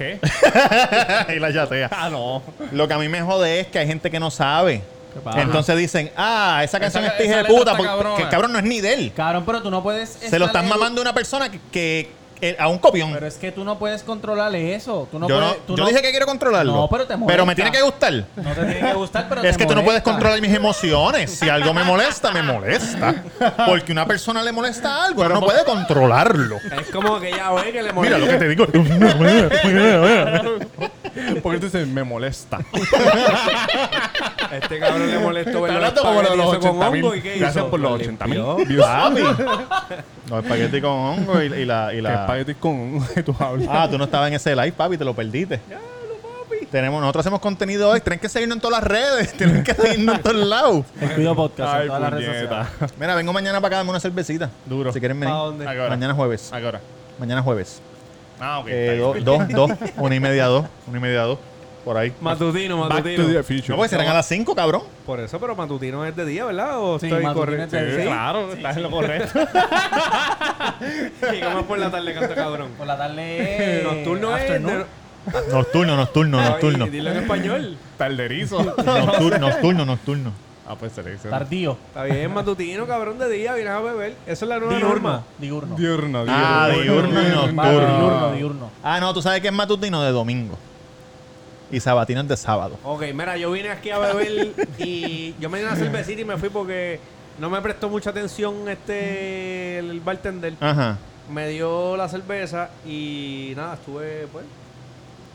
¿Qué? y la yatea. Ah, no. Lo que a mí me jode es que hay gente que no sabe. pasa? Entonces dicen, ah, esa canción Esa- es tija esa de letra puta, está porque cabrona. que, cabrón no es ni de él. Cabrón, pero tú no puedes. Se lo estás estarle- mamando a una persona que, que- eh, a un copión. Pero es que tú no puedes controlarle eso. Tú no yo no- puedes- tú yo no- dije que quiero controlarlo. No, pero te me molesta. tiene que gustar. No te tiene que gustar, pero es te que tú no puedes molesta. controlar mis emociones. Si algo me molesta, me molesta. Porque una persona le molesta algo, no puede controlarlo. Es como que ya ve que le molesta. Mira lo que te digo. Porque tú dices, me molesta. Este cabrón le molestó verlo Está hablando como lo de los espagueti eso con 80 hongo, ¿y qué mil. Gracias hizo? por los Lo 80 mil limpió. views. Papi. Los espaguetis con hongo y, y la. Y Que la... espagueti con hongo que tú hablas. Ah, tú no estabas en ese live, papi, te lo perdiste. Tenemos, nosotros hacemos contenido hoy. Tienen que seguirnos en todas las redes. Tienen que seguirnos en todos lados. El Cuido Podcast en Ay, todas las redes puñeta. sociales. Mira, vengo mañana para acá, dame una cervecita. Duro. Si quieren venir. ¿Pa' dónde? ¿A qué hora? Mañana jueves. ¿A qué hora? Mañana jueves. Ah, ok. Eh, está do- bien. dos, dos, una y media, dos. Una y media, dos. Por ahí. Matutino, Back to matutino. the future. No, porque serán a las cinco, cabrón. Por eso, pero matutino es de día, ¿verdad? O Sí, estoy matutino correcto. es de Sí, día. Claro, estás en lo correcto. Y como es por la tarde canta cabrón. Por la tarde. Nocturno es. Eh, afternoon. de- Nocturno, nocturno, nocturno. Ay, Dilo en español. Tarderizo. Nocturno, nocturno, nocturno. Ah, pues se le dice. Tardío. Está bien, matutino, cabrón, de día, vienes a beber. Esa es la nueva norma. Diurno. Diurno, diurno. Ah, diurno y Vale, nocturno. diurno, diurno. Ah, no, tú sabes que es matutino de domingo. Y sabatino es de sábado. Ok, mira, yo vine aquí a beber y yo me di una cervecita y me fui porque no me prestó mucha atención este el bartender. Ah. Ajá. Me dio la cerveza y nada, estuve, pues,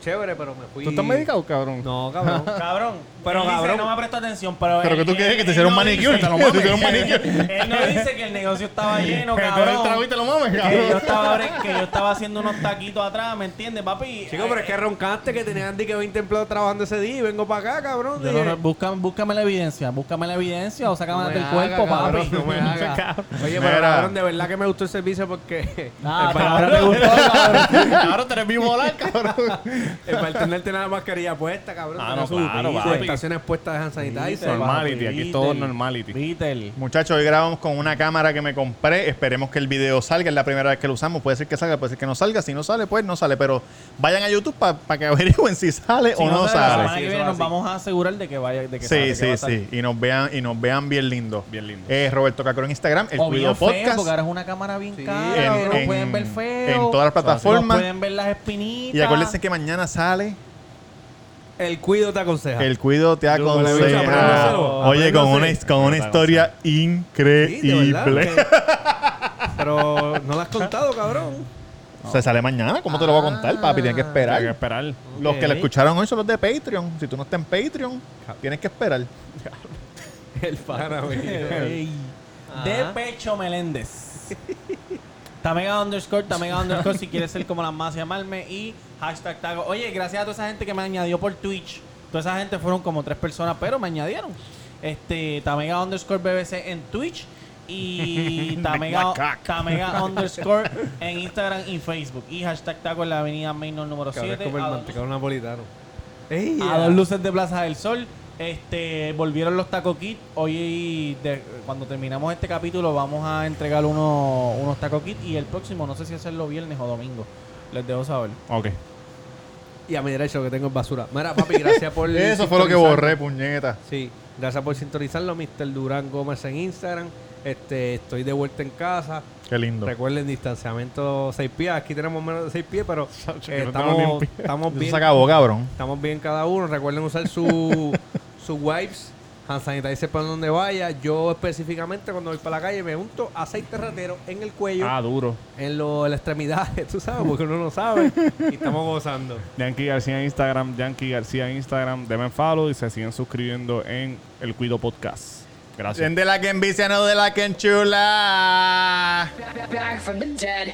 chévere, pero me fui. ¿Tú estás medicado, cabrón? No, cabrón. Cabrón. Pero, Pero él dice, cabrón. no me prestó atención, pero. Pero él- que tú quieres que él te hicieron no manicure, dice- te lo mames. Te hicieron manicure. Él no dice que el negocio estaba lleno, Pero el cabrón. trago y te lo mames, Que yo cabrón. estaba, abre- que yo estaba haciendo unos taquitos atrás, ¿me entiendes, papi? Chico, pero es que roncaste que tenía Andy que 20 empleados trabajando ese día y vengo para acá, cabrón. Yo Dije, no- búscame, búscame la evidencia, búscame la evidencia o sácame no me del haga, cuerpo, cabrón, papi. no me haga. Oye, pero Mira. cabrón, de verdad que me gustó el servicio porque Ah, el, cabrón, te bartender, gustó, cabrón. Ahora tenés mi volar, cabrón. el bartender tenía la mascarilla puesta, cabrón. Ah, tenía no, claro, sus papi. estaciones puestas de hand sanitizer. Normality, aquí todo normality. Beatle. Muchachos, hoy grabamos con una cámara que me compré. Esperemos que el video salga. Es la primera vez que lo usamos. Puede ser que salga, puede ser que no salga. Si no sale, pues no sale. Pero vayan a YouTube para que averigüen si sale Si o no, no sale, la sale. semana Sí, que eso viene va nos así. vamos a asegurar de que vaya, de Sí, que sale, que va sí, a salir. sí. Y nos vean, y nos vean bien lindo. Bien lindo. Es Roberto Cacro en Instagram, el o bien Cuido feo, Podcast. porque ahora es una cámara bien Sí, cara, en, no en- pueden ver feo. en todas las No plataformas. pueden ver las espinitas. Y acuérdense que mañana sale El cuido te aconseja. El Cuido te Yo, con la bicha, aconseja. apréndaselo, Oye, con una, apréndase. con una historia Sí, de verdad, increíble. que- Pero no lo has contado, cabrón. Se sale mañana. ¿Cómo te lo voy a contar, papi? Tienes que Hay esperar. que esperar. Los que Ok. la escucharon hoy son los de Patreon. Si tú no estás en Patreon, tienes que esperar. El pana, mío. Ey. De Ajá. Pecho Meléndez. Tamega underscore, Tamega underscore, si quieres ser como las más, llamarme y hashtag taco. Oye, gracias a toda esa gente que me añadió por Twitch. Toda esa gente fueron como tres personas, pero me añadieron. este, Tamega underscore BBC en Twitch y Tamega, Macaco. Tamega underscore en Instagram y Facebook. Y hashtag taco en la avenida Mainor número Cabrón, es 7. como el mantecado napolitano. ¡Ey! A dos luces de Plaza del Sol. Este, volvieron los Taco Kit. Hoy, de- cuando terminamos este capítulo, vamos a entregar uno- unos Taco Kit. Y el próximo, no sé si hacerlo viernes o domingo. Les dejo saber. Ok. Y a mi derecho lo que tengo es basura. Mira, papi, gracias por. Eso fue lo que sintonizarnos. borré, puñeta. Sí, gracias por sintonizarlo, Mr. Durán Gómez en Instagram. Este, estoy de vuelta en casa. Qué lindo. Recuerden distanciamiento 6 pies. Aquí tenemos menos de 6 pies, pero Chacho, eh, que no tengo ni un estamos, pie. estamos Eso bien. se acabó, cabrón. Estamos bien cada uno. Recuerden usar su, su wipes, hand sanitizer para donde vaya. Yo específicamente cuando voy para la calle me unto aceite ratero en el cuello, Ah, duro. en, lo, en las extremidades, tú sabes, porque uno no sabe. Y estamos gozando. Yankee García en Instagram, Yankee García en Instagram, denme follow y se siguen suscribiendo en El Cuido Podcast. Gracias. de la que envicia, no de la que enchula. Back from the dead.